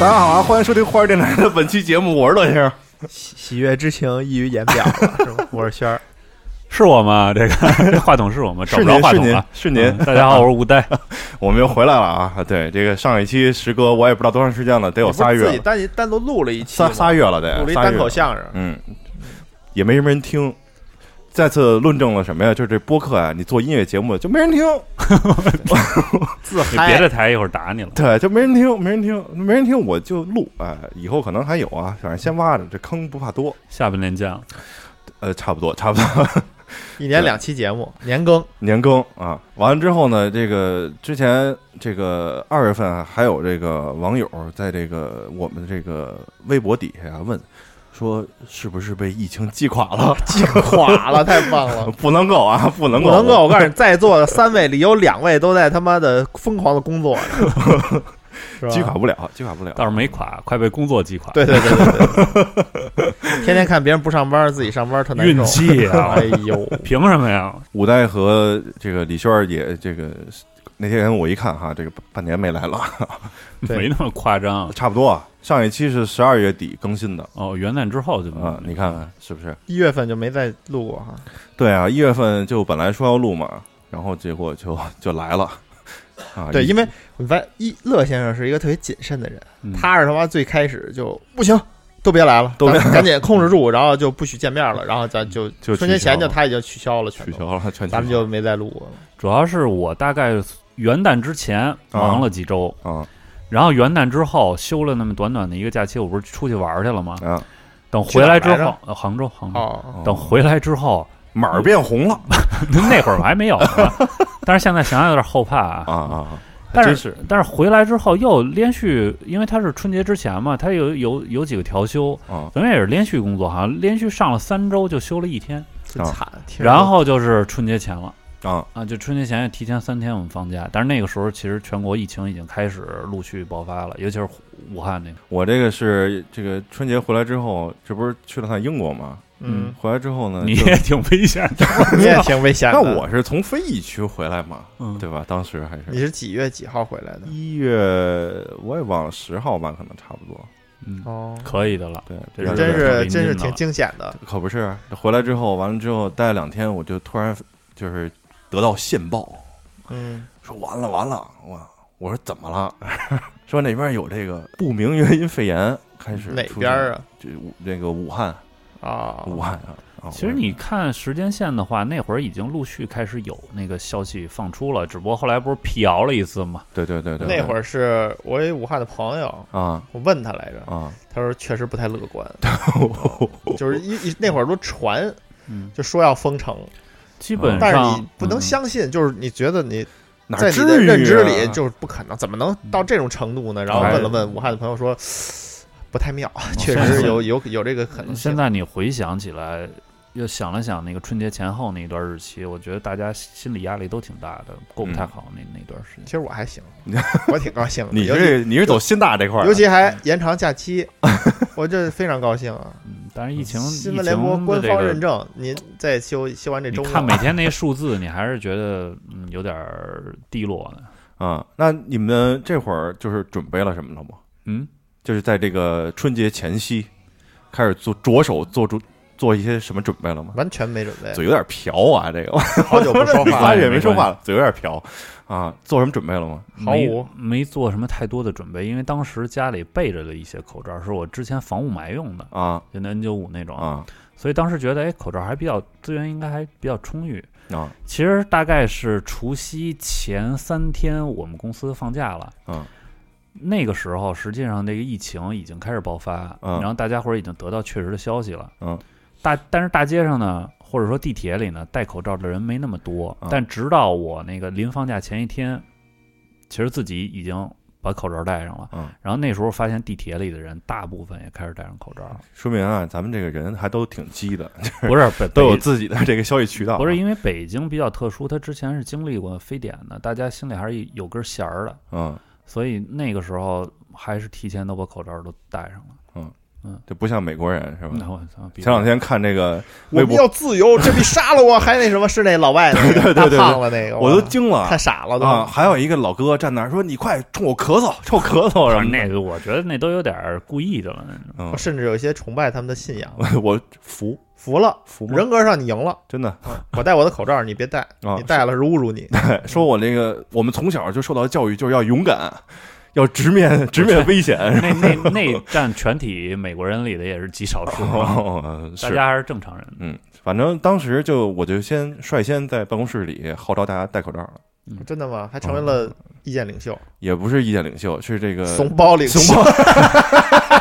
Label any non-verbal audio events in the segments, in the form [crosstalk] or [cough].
大家好啊，欢迎收听花儿电台 [laughs] 的本期节目，我是乐先生。喜悦之情溢于言表了，是吧？我是轩儿， [laughs] 是我吗？这个这话筒是我吗？找是不着您，话是筒您了，。是您嗯。大家好，我是 [laughs] 吴呆。我们又回来了啊！对，这个上一期时隔我也不知道多长时间了，得有我仨月自己了，单单独录了一期仨吗，仨月了录了得，一仨单月口了。相声，嗯，也没什么人听。再次论证了什么呀？就是这播客啊，你做音乐节目就没人听，自你别嗨。的台一会儿打你了。对，就没人听，没人听，没人听我就录，哎，以后可能还有啊，反正先挖着，这坑不怕多，下半年见了，呃，差不多，差不多，一年两期节目，年更，年更啊，完了之后呢，这个之前这个二月份啊还有这个网友在这个我们这个微博底下问，说是不是被疫情击垮了？！[laughs] 击垮了，太棒了不能够啊，不 [laughs] 能不够，能够，我告诉你，在座的三位里有两位都在他妈的疯狂的工 [laughs] 作呢，是吧击垮。不了，击垮不了。倒是没垮，快被工作击垮。对对对对 [laughs] 对，天天看别人不上班，自己上班特难受。运气啊！哎呦，凭什么呀？五代和这个李轩儿也这个那天我一看哈，这个半年没来了， [laughs] 对没那么夸张。差不多啊。上一期是十二月底更新的哦，元旦之后就没啊，你看看是不是？一月份就没再录过哈。对啊，一月份就本来说要录嘛，然后结果就就来了啊。对，一因为你发现一乐先生是一个特别谨慎的人，嗯他是他妈最开始就不行，都别来了，都别嗯咱赶紧控制住，然后就不许见面了，然后咱就就春节取消前就了他已经取消了，全取都，消了， [laughs] 全取消咱们就没再录过了。主要是我大概元旦之啊前忙了几周，啊然后元旦之后休了那么短短的一个假期，我不是出去玩去了吗？啊，等回来之去哪儿后，呃杭州，嗯杭州。哦，等回来之后，马儿变红了那会儿我还没有呢，但是现在想想有点后怕啊啊啊！还但真是是但是回来之后又连续，因为他是春节之前嘛，他有有有几个调休，啊，等于也是连续工作，好像连续上了三周就休了一天，真惨。听着然后就是春节前了。啊啊，就春节前也提前三天我们放假，但是那个时候其实全国疫情已经开始陆续爆发了，尤其是武汉那个。我这个是这个春节回来之后，这不是去了趟英国吗？嗯，回来之后呢，你 [laughs] 就也挺危险的， [laughs] 你也挺危险嗯那的。我是从非疫区回来嘛，嗯，对吧？当时还是你是几月几号回来的？一月，我也忘了十号吧，可能差不多。嗯，哦，可以的了。对，这然后真有点是临真是近的挺了惊险的。可不是，啊回来之后完了之后待了两天，我就突然就是得到线报，嗯，说完了完了，我我说怎么了？ [laughs] 说那边有这个不明原因肺炎开始哪出现边儿？啊？这武那个武汉，啊，武汉啊。啊其实你看时间线的话，那会儿已经陆续开始有那个消息放出了，只不过后来不是辟谣了一次嘛，对对对对，那会儿儿是我有一武汉的朋友，啊我问他来着，啊，他说确实不太乐观， [laughs] 就是一一那会儿都传嗯，就说要封城，基本上，但是你不能嗯相信，就是你觉得你哪在至你于的啊认知里就是不可能，怎么能嗯到这种程度呢？然后哎问了问武汉的朋友说，不太妙，确哦现在实有有有这个可能性嗯现。在你回想起来，又想了想那个春节前后那一段日期，我觉得大家心理压力都挺大的，过不太好那、那段时其间。实我还行，我挺高兴 [laughs] 的，你尤其这你是走新大这块儿的，尤其还延长假期，我这非常高兴啊！嗯，但是疫情，新疫闻联播情的官这方个认证，您再休休完这周你末，看每天那数字，你还是觉得嗯有点儿低落的。啊。那你们这会儿就是准备了什么了吗？嗯，就是在这个春节前夕开始做着手做出做一些什么准备了吗？完全没准备， [laughs] 嘴有点瓢啊，这个好久不说 [laughs] 我话发关系了，现也没没说关话了， [laughs] 嘴有点瓢啊。做什么准备了吗？毫没无没做什么太多的准备，因为当时家里备着的一些口罩是我之前防雾霾用的，啊就那 N 9 5那种，啊所以当时觉得哎口罩还比较资源应该还比较充裕。啊其实大概是除夕前三天，我们公司放假了。嗯，那个时候实际上这个疫情已经开始爆发，嗯然后大家伙儿已经得到确实的消息了。嗯，大但是大街上呢，或者说地铁里呢，戴口罩的人没那么多。嗯但直到我那个临放假前一天，其实自己已经把口罩戴上了。嗯然后那时候发现地铁里的人大部分也开始戴上口罩 [laughs] 了，说明啊，咱们这个人还都挺机的，不是北都有北自己的这个消息渠道啊。不是因为北京比较特殊，它之前是经历过非典的，大家心里还是有根弦儿的，嗯所以那个时候还是提前都把口罩都戴上了。嗯，嗯，就不像美国人是吧？那我操，比嗯前两天看这个我微博，们要自由，这比杀了我还那什么？是那老外那个大 [laughs] 对对对胖子那个，我都哇惊了太傻了都。啊！还有一个老哥站那儿说：“你快冲我咳嗽，冲我咳嗽！”然后啊那个，我觉得那都有点儿故意的了。那种嗯我，甚至有一些崇拜他们的信仰，我服服了，服吗？人格上你 [laughs] 赢了。真的，我戴我的口罩，你别戴，啊你戴了是侮辱你。说我那个，我们从小就受到教育，就是要勇敢，要直面直面危险。 [laughs] 那那那占全体美国人里的也是极少数，哦，大是，家还是正常人。反正当时就我就先率先在办公室里号召大家戴口罩了，真的吗？还成为啊了意见领袖，也不是意见领袖，是这个怂包领袖怂。包。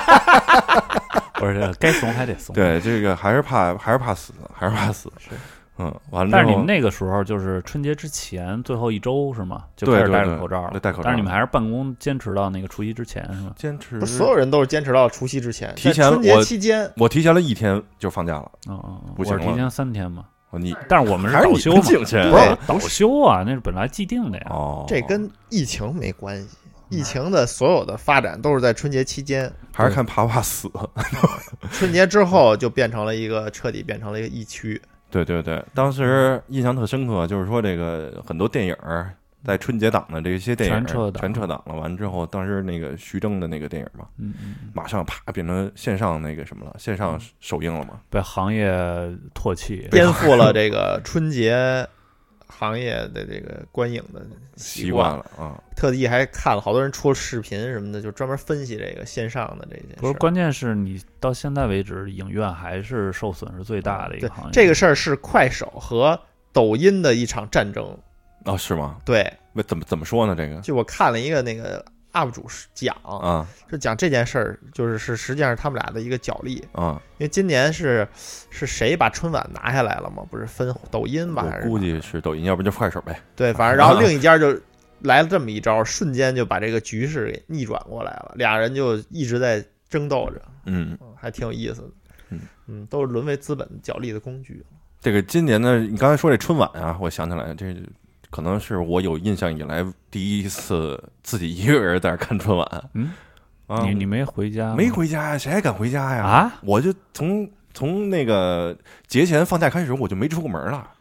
不是该怂还得怂。对，这个还是怕还是怕死，还是怕死。是， [laughs] 嗯，完了但之是你们后那个时候就是春节之前最后一周是吗？就对开始对戴着对口罩了。戴口罩但是你们还是办公坚持到那个除夕之前是吗？坚持不是所有人都是坚持到除夕之前，提前在春节我哦期间，我提前了一天就放假了，嗯嗯嗯，不我行是提了前三天嘛。我你但是我们还是倒你休们嘛，精神对啊倒休啊，那是本来既定的呀。哦，这跟疫情没关系。哎疫情的所有的发展都是在春节期间，还是看怕不怕死。 [laughs] 春节之后就变成了一个彻底变成了一个疫区。对对对，当时印象特深刻，就是说这个很多电影儿在春节档的这些电影儿全撤档全撤档了，完之后，当时那个徐峥的那个电影嘛，嗯嗯，嗯马上啪变成线上那个什么了，线上嗯首映了嘛。被行业唾弃。颠覆了这个春节行业的这个观影的习习惯。了啊，特地还看了好多人出视频什么的，就专门分析这个线上的这件事。不是，关键是你到现在为止，影院还是受损是最大的一对个行业。这个事儿是快手和抖音的一场战争。哦是吗？对，那怎么怎么说呢？这个就我看了一个那个 UP 主是讲，啊就讲这件事儿，就是是实际上是他们俩的一个角力。啊，因为今年是是谁把春晚拿下来了吗？不是分抖音吧？还我是估计是抖音，要不就快手呗。对，反正然啊后另一家就来了这么一招，瞬间就把这个局势给逆转过来了。俩人就一直在争斗着，嗯，嗯还挺有意思的嗯。嗯，都是沦为资本角力的工具。这个今年呢，你刚才说这春晚啊，我想起来，这可能是我有印象以来第一次自己一个人在那儿看春晚。嗯，啊，你你没回家吗？没回家呀？谁还敢回家呀？啊！我就从从那个节前放假开始，我就没出过门了。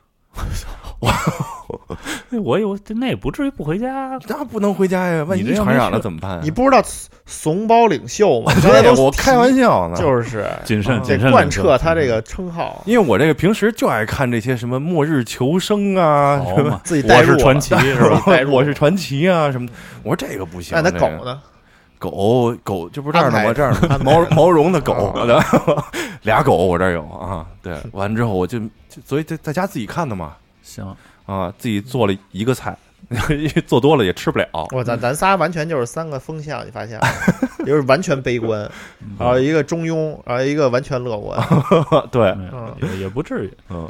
那我有，那也不至于不回家。那不能回家呀，万你这一要没传染了事怎么办呀？啊你不知道怂怂包领袖 [laughs] 吗？刚才对都，我开玩笑呢，就是啊谨慎，谨得慎，嗯贯谨慎彻他这个称号，因为我这个平时就爱看这些什么《末日求生》啊，好什么嘛，自己 [laughs] 带我入是了传奇是 [laughs] 吧？代《入 [laughs] 我是传奇》啊什么的。我说这个不行，那他这狗个呢？狗狗这不是这儿呢吗？安排 [laughs] 这儿呢安排毛毛绒的狗哦，俩狗我这儿有啊。对，完之后我就就所以在在家自己看的嘛，行，啊，自己做了一个菜， [laughs] 因为做多了也吃不了。我咱咱仨完全就是三个风向，你发 [laughs] 现吗？就是完全悲观，嗯然后一个中庸，然后一个完全乐观。对，没有嗯也也不至于。嗯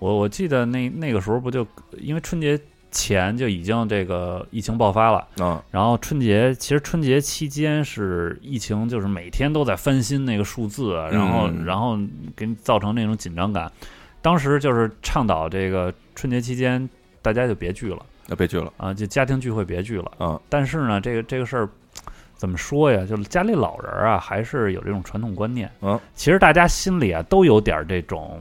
我我记得那那个时候不就因为春节前就已经这个疫情爆发了，啊，然后春节其实春节期间是疫情，就是每天都在翻新那个数字，啊然后、嗯然后给你造成那种紧张感。当时就是倡导这个春节期间大家就别聚了那被拒了啊，就家庭聚会别聚了。啊，但是呢，这个这个事儿怎么说呀？就是家里老人啊，还是有这种传统观念。嗯，其实大家心里啊都有点儿这种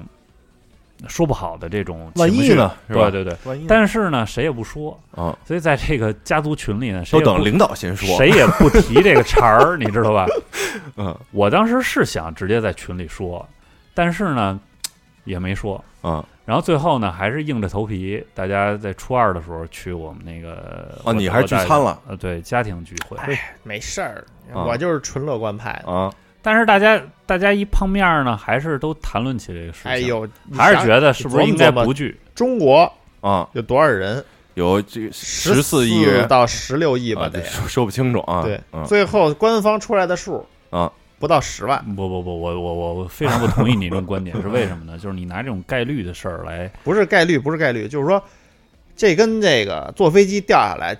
说不好的这种万情一绪？呢？是吧对？对对。万一呢 [laughs] 但是呢，谁也不说，啊，所以在这个家族群里呢，都谁也等不领导先说。谁也不提这个茬儿，你知道吧？ [laughs] 嗯我当时是想直接在群里说，但是呢，也没说。啊然后最后呢，还是硬着头皮，大家在初二的时候去我们那个啊，你还聚餐？我了呃，对，家庭聚会。哎，没事儿，啊我就是纯乐观派的。啊？但是大家大家一碰面呢，还是都谈论起这个事情，哎呦，你还是想觉得是不是应该琢磨琢不磨聚？中国啊，有多少人？有这十四四亿人到十六亿吧，啊，得这说说不清楚啊。对嗯。最后官方出来的数啊，不到十万，不不不，我我我我非常不同意你这种观点，是为什么呢？就是你拿这种概率的事儿来不是概率，不是概率，就是说。这跟这个坐飞机掉下来、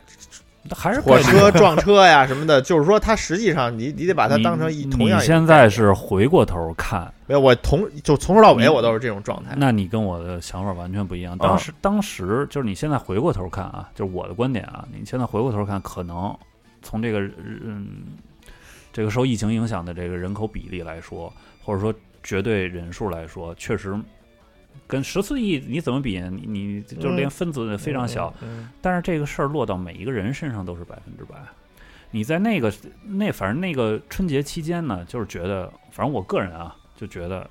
还是火概率啊车撞车呀什么的，就是说它实际上你你得把它当成一你同样一你个现在是回过头看，没有我同就从头到尾我都是这种状态。那你跟我的想法完全不一啊样。当时、当时就是你现在回过头看啊，就是我的观点啊，你现在回过头看，可能从这个嗯这个受疫情影响的这个人口比例来说，或者说绝对人数来说，确实跟十四亿你怎么比？啊你你就是连分子非常小，嗯，但是这个事儿落到每一个人身上都是百分之百。你在那个那反正那个春节期间呢，就是觉得，反正我个人啊，就觉得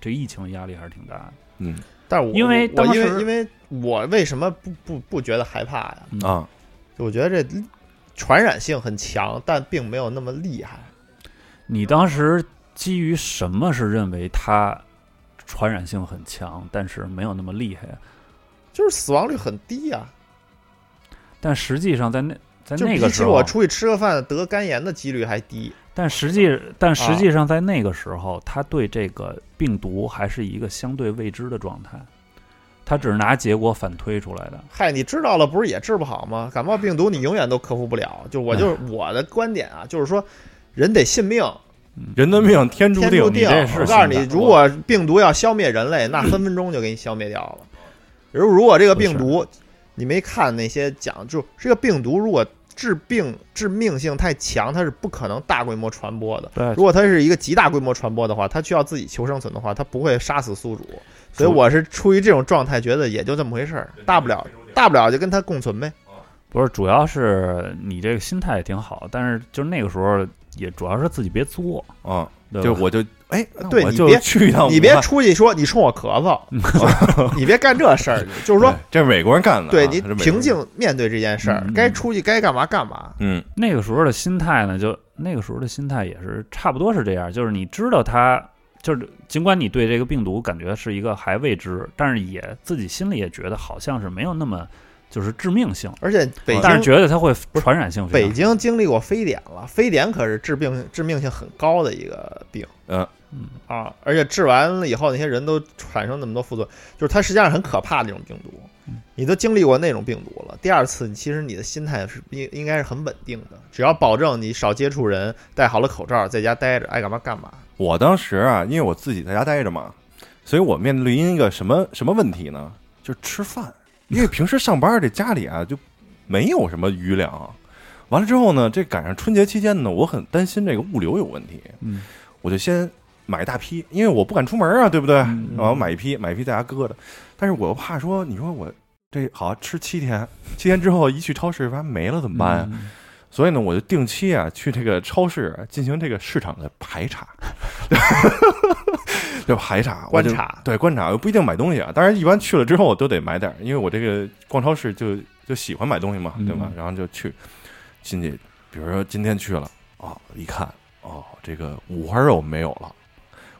这疫情压力还是挺大的。嗯但是我因为我当因时为因为我为什么不不不觉得害怕呀？嗯啊，就我觉得这传染性很强，但并没有那么厉害。你当时基于什么是认为它传染性很强，但是没有那么厉害？就是死亡率很低啊，但实际上在那在就那比个时起候，我出去吃个饭得肝炎的几率还低。但实际啊但实际上在那个时候，他对这个病毒还是一个相对未知的状态，他只是拿结果反推出来的。嗨，你知道了不是也治不好吗？感冒病毒你永远都克服不了。就哎我就是我的观点啊，就是说，人得信命，人的命天注天定注，你定。这我是告诉信你的，如果病毒要消灭人类，那分分钟就给你消灭掉了。如如果这个病毒，你没看那些讲，就这个病毒如果致病致命性太强，它是不可能大规模传播的。对如果它是一个极大规模传播的话，它需要自己求生存的话，它不会杀死宿主。所以我是出于这种状态，觉得也就这么回事儿，大不了大不了就跟它共存呗。不是，主要是你这个心态也挺好，但是就那个时候也主要是自己别作，啊，对吧就我就哎，那对我你就别去一趟武汉，你别出去说你冲我咳嗽， [laughs] 你别干这事儿，就是说对，这是美国人干的啊，对你这是美国人平静面对这件事儿嗯，该出去该干嘛干嘛。嗯那个时候的心态呢，就那个时候的心态也是差不多是这样，就是你知道它，就是尽管你对这个病毒感觉是一个还未知，但是也自己心里也觉得好像是没有那么就是致命性，而且北啊但是京觉得它会传染性非北常。京经历过非典了，非典可是致病致命性很高的一个病嗯嗯啊，而且治完了以后，那些人都产生那么多副作用，就是它实际上很可怕的那种病毒嗯。你都经历过那种病毒了，第二次你其实你的心态是应应该是很稳定的，只要保证你少接触人，戴好了口罩，在家待着，爱干嘛干嘛。我当时啊，因为我自己在家待着嘛，所以我面对一个什么什么问题呢？就是吃饭，因为平时上班这家里啊就没有什么余粮。完了之后呢，这赶上春节期间呢，我很担心这个物流有问题，嗯，我就先买一大批，因为我不敢出门啊，对不对？嗯然后买一批，买一批在家搁着。但是我又怕说，你说我这好吃七天，七天之后一去超市发现没了怎么办啊呀、嗯所以呢，我就定期啊去这个超市啊进行这个市场的排查， [laughs] 就排查我就观察对观察，我不一定买东西啊。当然，一般去了之后我都得买点儿，因为我这个逛超市就就喜欢买东西嘛，对吧？嗯然后就去进去，比如说今天去了啊、一看哦，这个五花肉没有了。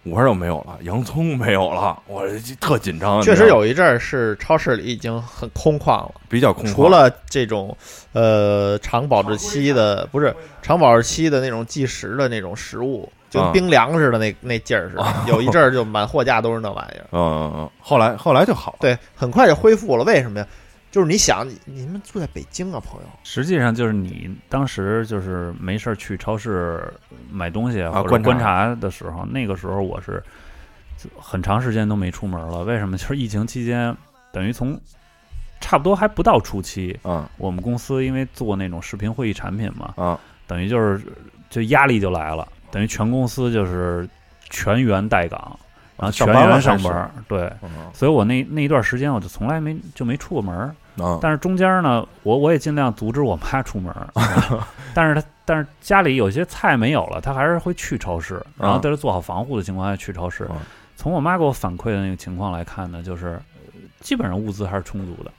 五花肉没有了，洋葱没有了，我这特紧张。啊确你实知道吗有一阵儿是超市里已经很空旷了。比较空旷，除了这种呃长保质期的，不是长保质期的那种即食的那种食物，就啊跟冰凉似的那那劲儿似的，有一阵儿就满货架都是那玩 [laughs] 意儿。嗯嗯，嗯后来后来就好了。对，很快就恢复了。为什么呀？就是你想，你你们住在北京啊，朋友，实际上就是你当时就是没事儿去超市买东西啊或者观察观察的时候，那个时候我是很长时间都没出门了。为什么？就是疫情期间，等于从差不多还不到初期，嗯我们公司因为做那种视频会议产品嘛，啊等于就是就压力就来了，等于全公司就是全员待岗，然后全上班了员上还是班儿，对。嗯所以我那那一段时间，我就从来没就没出过门儿。嗯但是中间呢，我我也尽量阻止我妈 [laughs] 出门儿，但是她但是家里有些菜没有了，她还是会去超市，然后啊在这做好防护的情况下去超市嗯。从我妈给我反馈的那个情况来看呢，就是呃基本上物资还是充足的，啊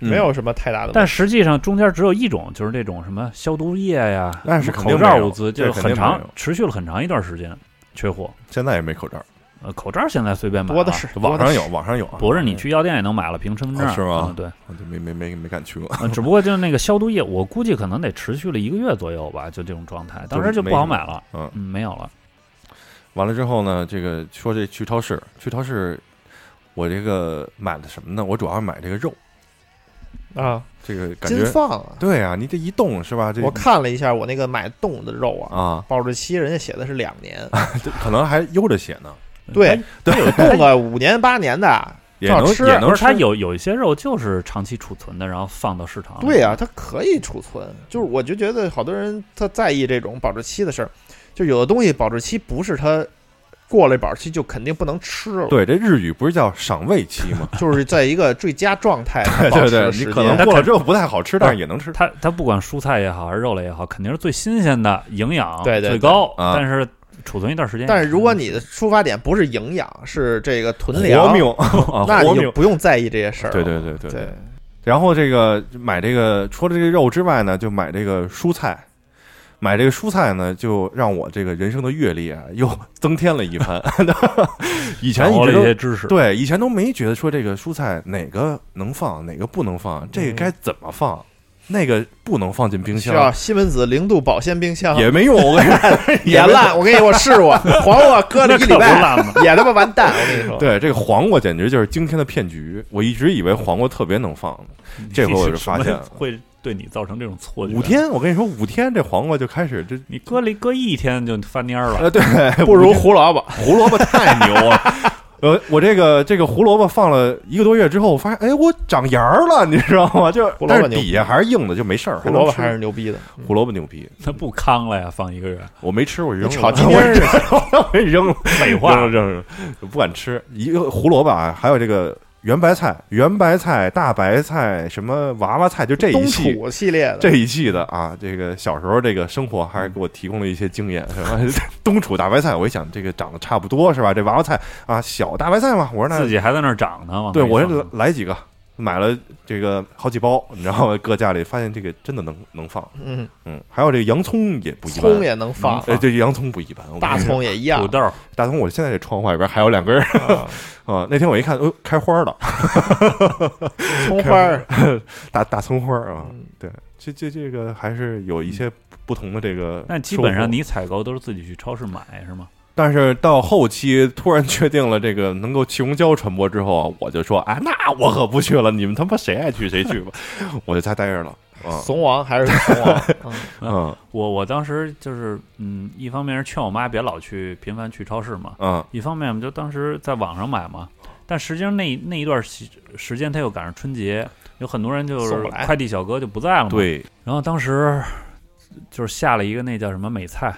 嗯没有什么太大的问题。但实际上中间只有一种，就是这种什么消毒液呀、那是什么肯定口没有罩物资，这就是肯很定没长有持续了很长一段时间缺货。现在也没口罩，呃，口罩现在随便买多的啊是，网多的上是有，网上有啊。不是你去药店也能买了，凭身份证啊是吗嗯对，我就没没没没敢去过。 [laughs] 呃只不过就是那个消毒液，我估计可能得持续了一个月左右吧，就这种状态，当时就不好买了，嗯，嗯，没有了。完了之后呢，这个说这去超市，去超市，我这个买的什么呢？我主要是买这个肉，啊，这个感金觉放啊，对啊，你这一动是吧？这我看了一下我那个买冻的肉啊，啊，保质期人家写的是两年，这可能还悠着血呢，对， [laughs] 嗯对，冻个五年八年的，也照能吃也不能是它吃有有一些肉就是长期储存的，然后放到市啊场里。啊对呀、它可以储存。就是我就觉得好多人他在意这种保质期的事儿，就有的东西保质期不是它过了保质期就肯定不能吃了，对，这日语不是叫赏味期 [laughs] 吗？就是在一个最佳状态 [laughs] 它保对持对，的你时可能间。过了之后不太好吃，但是也能吃。 [laughs] 它它不管蔬菜也好还是肉类也好，肯定是最新鲜的，营养对对最高，对啊但是储存一段时间。但是如果你的出发点不是营养，是这个囤活粮， [laughs] 命啊，那活你命就。不用在意这些事儿了。对对对对对。然后这个买这个除了这个肉之外呢，就买这个蔬菜。买这个蔬菜呢，就让我这个人生的阅历啊，又增添了一番。 [laughs] 以前掌一握直了一都些知识，对，以前都没觉得说这个蔬菜哪个能放，哪个不能放，这嗯个该怎么放，那个不能放进冰需要箱，西门子零度保鲜冰箱， [laughs] 也没用。我跟你说也没用烂。我跟你说，我试 [laughs] 过，黄瓜搁了那一可礼不拜，烂嘛。也他妈完蛋。我跟你 [laughs] 说，对，这个黄瓜简直就是惊天的骗局。我一直以为黄瓜特别能放呢，这回 [laughs] 我就发现了什么会对你造成这种错觉。五，天，我跟你说，五天这黄瓜就开始这，你搁了搁一天就翻蔫儿了。 [laughs] 呃，对，不如胡萝卜。胡萝卜太牛了。 [laughs] 呃，我这个这个胡萝卜放了一个多月之后，我发现，哎，我长芽儿了，你知道吗？就胡萝卜但是牛底下还是硬的，就没事儿。胡萝卜还还能是牛逼的，嗯吃胡萝卜牛逼，它不康了呀，放一个月，我没吃，我扔了， [laughs] 炒鸡丁我儿扔我扔了， [laughs] 废扔了话。扔了，不敢吃。一个胡萝卜啊，还有这个圆白菜、圆白菜、大白菜，什么娃娃菜，就这东一系土系列的， [laughs] 这一季的啊，这个小时候这个生活还是给我提供了一些经验，是吧？ [laughs] 东楚大白菜，我一想这个长得差不多是吧？这娃娃菜啊，小大白菜嘛，我说自那己还在那儿长呢，往对那一我放说来来几个，买了这个好几包，你知道吗？搁家里发现这个真的能能放，嗯，嗯，还有这个洋葱也不一葱般。也能放，哎，这洋葱不一般，我跟你大说葱也一样土。豆儿，大葱，我现在这窗户外边还有两根儿啊 [laughs] 啊。那天我一看，哦，开花了，葱花儿，大大葱花儿啊。嗯对，这这这个还是有一些不同的这个收获。那基本上你采购都是自己去超市买是吗？但是到后期突然确定了这个能够气溶胶传播之后啊，我 [laughs] 就说啊，那我可不去了，你们他妈谁爱去谁 [laughs] 去吧，我就在家待着了。啊，嗯怂王还是怂王。嗯嗯我我当时就是，嗯，一方面是劝我妈别老去频繁去超市嘛，嗯一方面我们就当时在网上买嘛，但实际上那那一段时时间，它又赶上春节，有很多人就送是不来快递小哥就不在了嘛。。对，然后当时就是下了一个那叫什么美 [laughs] 菜，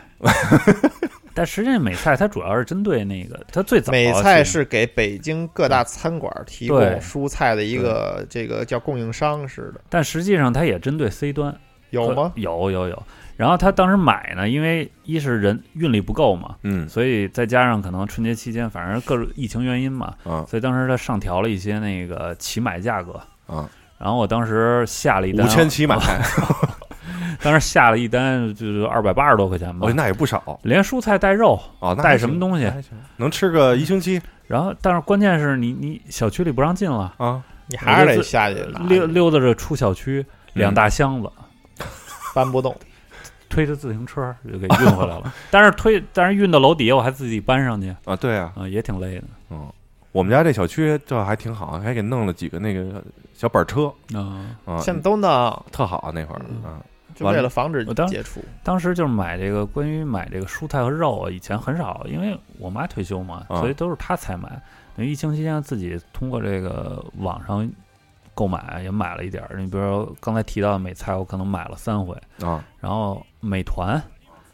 但实际上美菜它主要是针对那个它最早美菜其实是给北京各大餐馆提供对蔬菜的一个这个叫供应商似的，但实际上它也针对 C 端，有吗？有有有。然后他当时买呢，因为一是人运力不够嘛，嗯所以再加上可能春节期间，反正各种疫情原因嘛，啊所以当时他上调了一些那个起买价格。啊，然后我当时下了一单，五千起买，啊当时下了一单就是二百八十多块钱吧我，哦那也不少连蔬菜带肉啊。那带什么东西还，行？能吃个一星期然后但是关键是你你小区里不让进了，啊？你还是得下去拿溜溜达着出小区，嗯两大箱子。搬不动。推着自行车就给运回来了， [laughs] 但是推，但是运到楼底下，我还自己搬上去，啊、啊，对啊，也挺累的。嗯，我们家这小区这还挺好，还给弄了几个那个小板车嗯，啊，现在都闹，特好那会儿嗯啊，就完为了了防止我当接触，当时就是买这个关于买这个蔬菜和肉啊，以前很少，因为我妈退休嘛，啊所以都是她采买。那疫情期间自己通过这个网上购买也买了一点儿。你比如说刚才提到的美菜，我可能买了三回，啊，然后美团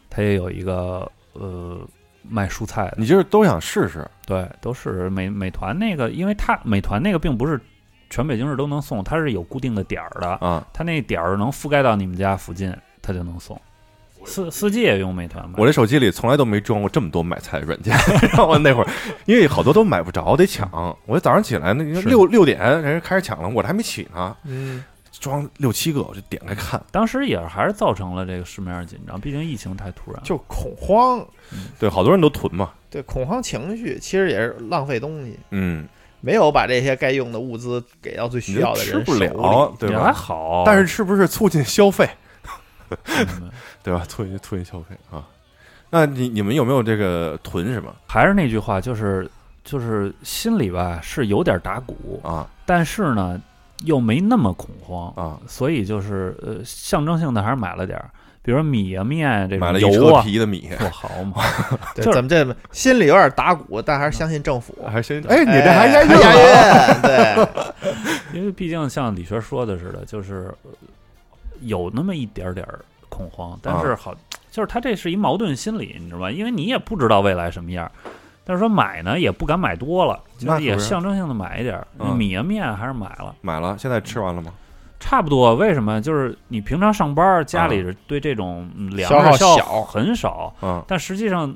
它也有一个呃卖蔬菜的，你就是都想试试对，都是美美团那个，因为它美团那个并不是全北京市都能送，它是有固定的点儿的，啊。它那点儿能覆盖到你们家附近，它就能送。司司机也用美团吗？我这手机里从来都没装过这么多买菜软件， [laughs] 然后那会儿因为好多都买不着，得抢。我早上起来那是六六点人家开始抢了，我这还没起呢，嗯，装六七个我就点开看。当时也还是造成了这个市面上紧张，毕竟疫情太突然了。就恐慌，对，好多人都囤嘛，对恐慌情绪，其实也是浪费东西，嗯，没有把这些该用的物资给到最需你要就的吃人不手里了，啊对也还吧？好，但是是不是促进消费，嗯对吧？促进促进消费啊。那你你们有没有这个囤什么还是那句话，就是就是心里吧是有点打鼓，啊但是呢又没那么恐慌，啊？所以就是呃象征性的还是买了点儿，比如说米啊面啊这买种了一油车啊，皮的米，做好嘛。对，就是咱们这心里有点打鼓，但还是相信政府。还真哎，你这还哎押韵押了韵，对，因为毕竟像李学啊说的似的，就是呃有那么一点儿点儿恐慌，但是好，就是他这是一矛盾心理，你知道吗？因为你也不知道未来什么样，但是说买呢也不敢买多了，就那可是也不是象征性的买一点儿，嗯米啊面还是买了。买了，现在吃完了吗？差不多，为什么？就是你平常上班，啊家里对这种嗯粮消耗食消小耗很少，嗯但实际上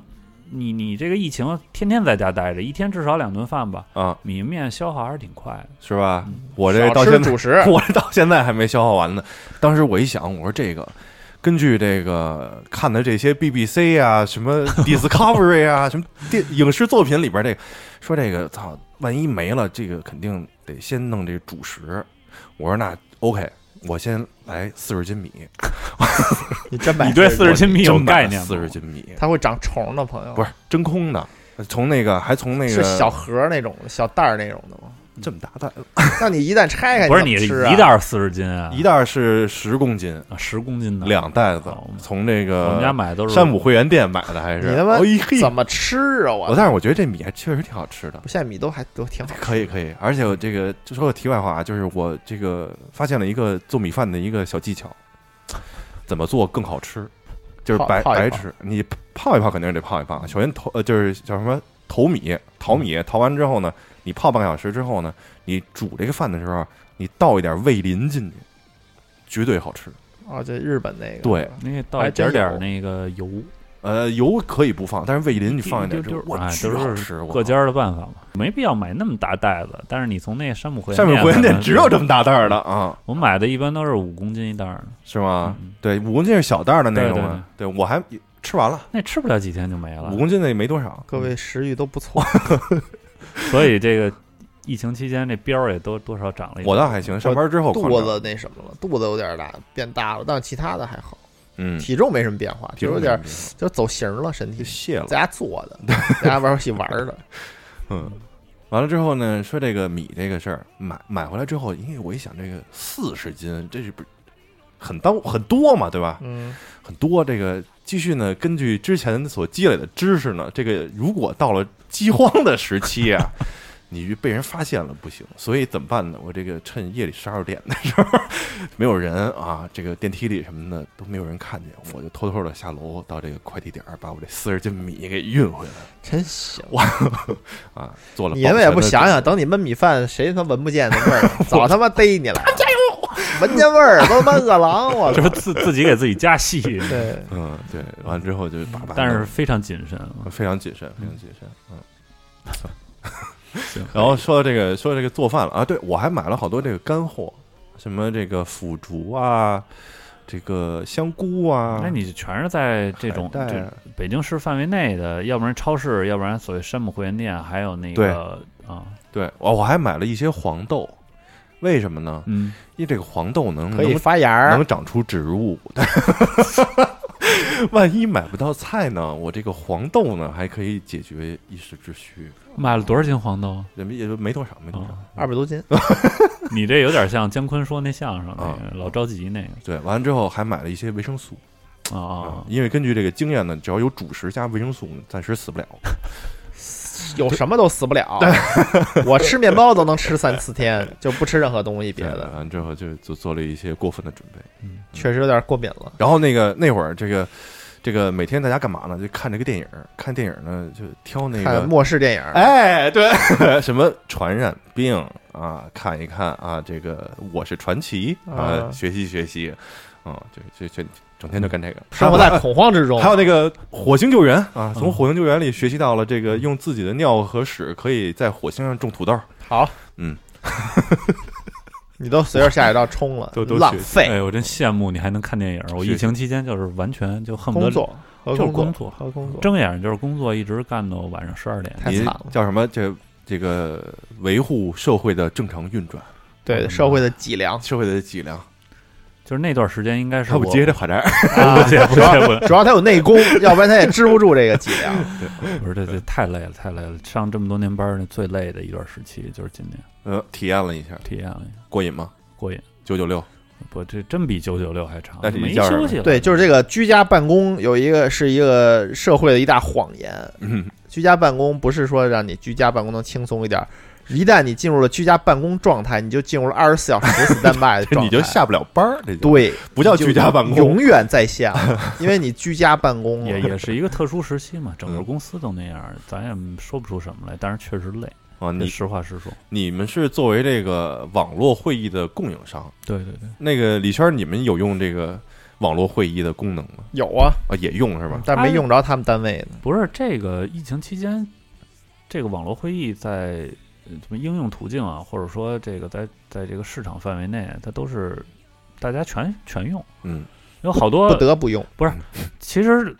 你你这个疫情天天在家待着，一天至少两顿饭吧，啊，米面消耗还是挺快的。是吧嗯？我这到少吃现在，主食 [laughs] 我这到现在还没消耗完呢。当时我一想，我说这个，根据这个看的这些 BBC 啊、什 [laughs] 么 Discovery 啊、什么电影视作品里边这个，说这个操，万一没了，这个肯定得先弄这个主食。我说那 OK，我先来四十斤米，你真买你哎对40 40斤米有概念吗四十斤米它会长虫的朋友，不是真空的，从那个还从那是个小盒儿那种小袋儿那种的吗？这么大袋， [laughs] 那你一旦拆开，不是你你怎么吃啊一袋儿四十斤啊，一袋是十公斤，十公斤的两袋子好嘛，从那哦我们个家买的都是山姆会员店买的还是？你他妈哎嘿怎么吃啊？我哦我但是我觉得这米还确实挺好吃的，现在米都还都挺好，可以可以。而且我这个就说个题外话啊，就是我这个发现了一个做米饭的一个小技巧，怎么做更好吃，就是泡白泡一白泡吃。你泡一泡肯定是得泡一泡，首先投呃就是叫什么投米淘米，淘完之后呢，你泡半个小时之后呢，你煮这个饭的时候，你倒一点味淋进去，绝对好吃。哦，这日本那个对是吧那倒还一真点有点儿那个油，呃，油可以不放，但是味淋你放一点之丢后丢，我哎巨好都吃。是我各靠家儿的办法嘛，没必要买那么大袋子。但是你从那山姆会员上面火焰店店只有这么，么大袋儿的啊，我买的一般都是五公斤一袋儿的，是吗？嗯对，五公斤是小袋儿的那对种对吗？对我还吃完了，那吃不了几天就没了五。公斤的也没多少。各位食欲都不错，所以这个疫情期间，这膘儿也都多少长了一点。嗯我倒还行，上班之后肚狂长子那什么了，肚子有点大，变大了，但是其他的还好，嗯，体重没什么变化，就有点就走形儿了，身就体卸了在，家做的，在家玩游戏玩儿的，嗯。完了之后呢，说这个米这个事儿，买买回来之后，因为我一想，这个四十斤，这是不是很当很多嘛，对吧？嗯，很多这个继续呢，根据之前所积累的知识呢，这个如果到了饥荒的时期 [laughs] 啊，你被人发现了不行，所以怎么办呢？我这个趁夜里十二点的时候没有人啊，这个电梯里什么的都没有人看见，我就偷偷的下楼到这个快递点儿，把我这四十斤米给运回来真行。啊，做了。你们也不想想，，等你焖米饭，谁他妈闻不见那味 [laughs] 儿？早他妈逮你了！加油！闻见味儿都他妈饿狼，我就操是！自自己给自己加戏，对，嗯，对，完之后就把把，但是非常谨慎。啊非常谨慎，非常谨慎，嗯。行然后说这个说这个做饭了啊，对我还买了好多这个干货，什么这个腐竹啊，这个香菇啊，哎那你就全是在这种海带就啊北京市范围内的，要不然超市，要不然所谓山姆会员店，还有那对个啊，对哦我我还买了一些黄豆，为什么呢？嗯，因为这个黄豆能可以能发芽儿能，长出植物， [laughs] 但万一买不到菜呢，我这个黄豆呢还可以解决一时之需，买了多少斤黄豆？人民也就没多少，没多少。啊二百多斤，你这有点像姜昆说那相声那啊个老着急那个对，完了之后还买了一些维生素啊啊，因为根据这个经验呢，只要有主食加维生素，暂时死不了。有什么都死不了。我吃面包都能吃三四天，就不吃任何东西别对的，完之后就就做了一些过分的准备。确实有点过敏了。然后那个那会儿，这个这个每天在家干嘛呢？就看这个电影，看电影呢就挑那看个，末世电影，哎，对，什么传染病啊，看一看啊，这个我是传奇啊，啊学习学习，啊，就就就整天就干这个。嗯生活在恐慌之中嗯还。有那个火星救援啊，从火星救援里学习到了这个用自己的尿和屎可以在火星上种土豆，好，嗯，你都随着下水道冲了都都，浪学费哎，我真羡慕你还能看电影。我谢谢疫情期间就是完全就恨不工得作和就工是工作和工作，睁眼就是工作，一直干到晚上十二点。太你惨了。叫什么？这这个维护社会的正常运转，对社会的脊梁，社会的脊梁。就是那段时间应该是他我不接这话茬儿，啊 [laughs] [laughs] 不接不主要接不接，主要他有内功，要不然他也支不住这个脊梁。不是这这太累了，太累了。上这么多年班儿，那最累的一段时期就是今年，呃，体验了一下，体验了一下过瘾吗？过瘾。九九六，不，这真比九九六还长，那你没叫什么休息了。对，就是这个居家办公有一个是一个社会的一大谎言。嗯，居家办公不是说让你居家办公能轻松一点儿，一旦你进入了居家办公状态，你就进入了二十四小时 standby 的状态， [laughs] 你就下不了班儿，这就对，不叫居家办你就公，永远在线了，因为你居家办公也了。也是一个特殊时期嘛，整个嗯公司都那样，咱也说不出什么来，但是确实累。啊，你实话实说，你们是作为这个网络会议的供应商，对对对，那个李轩，你们有用这个网络会议的功能吗？有啊，啊，也用是吧？但没用着他们单位的。不是这个疫情期间，这个网络会议在呃什么应用途径啊，或者说这个在在这个市场范围内，它都是大家全全用，嗯，有好多不得不用，其实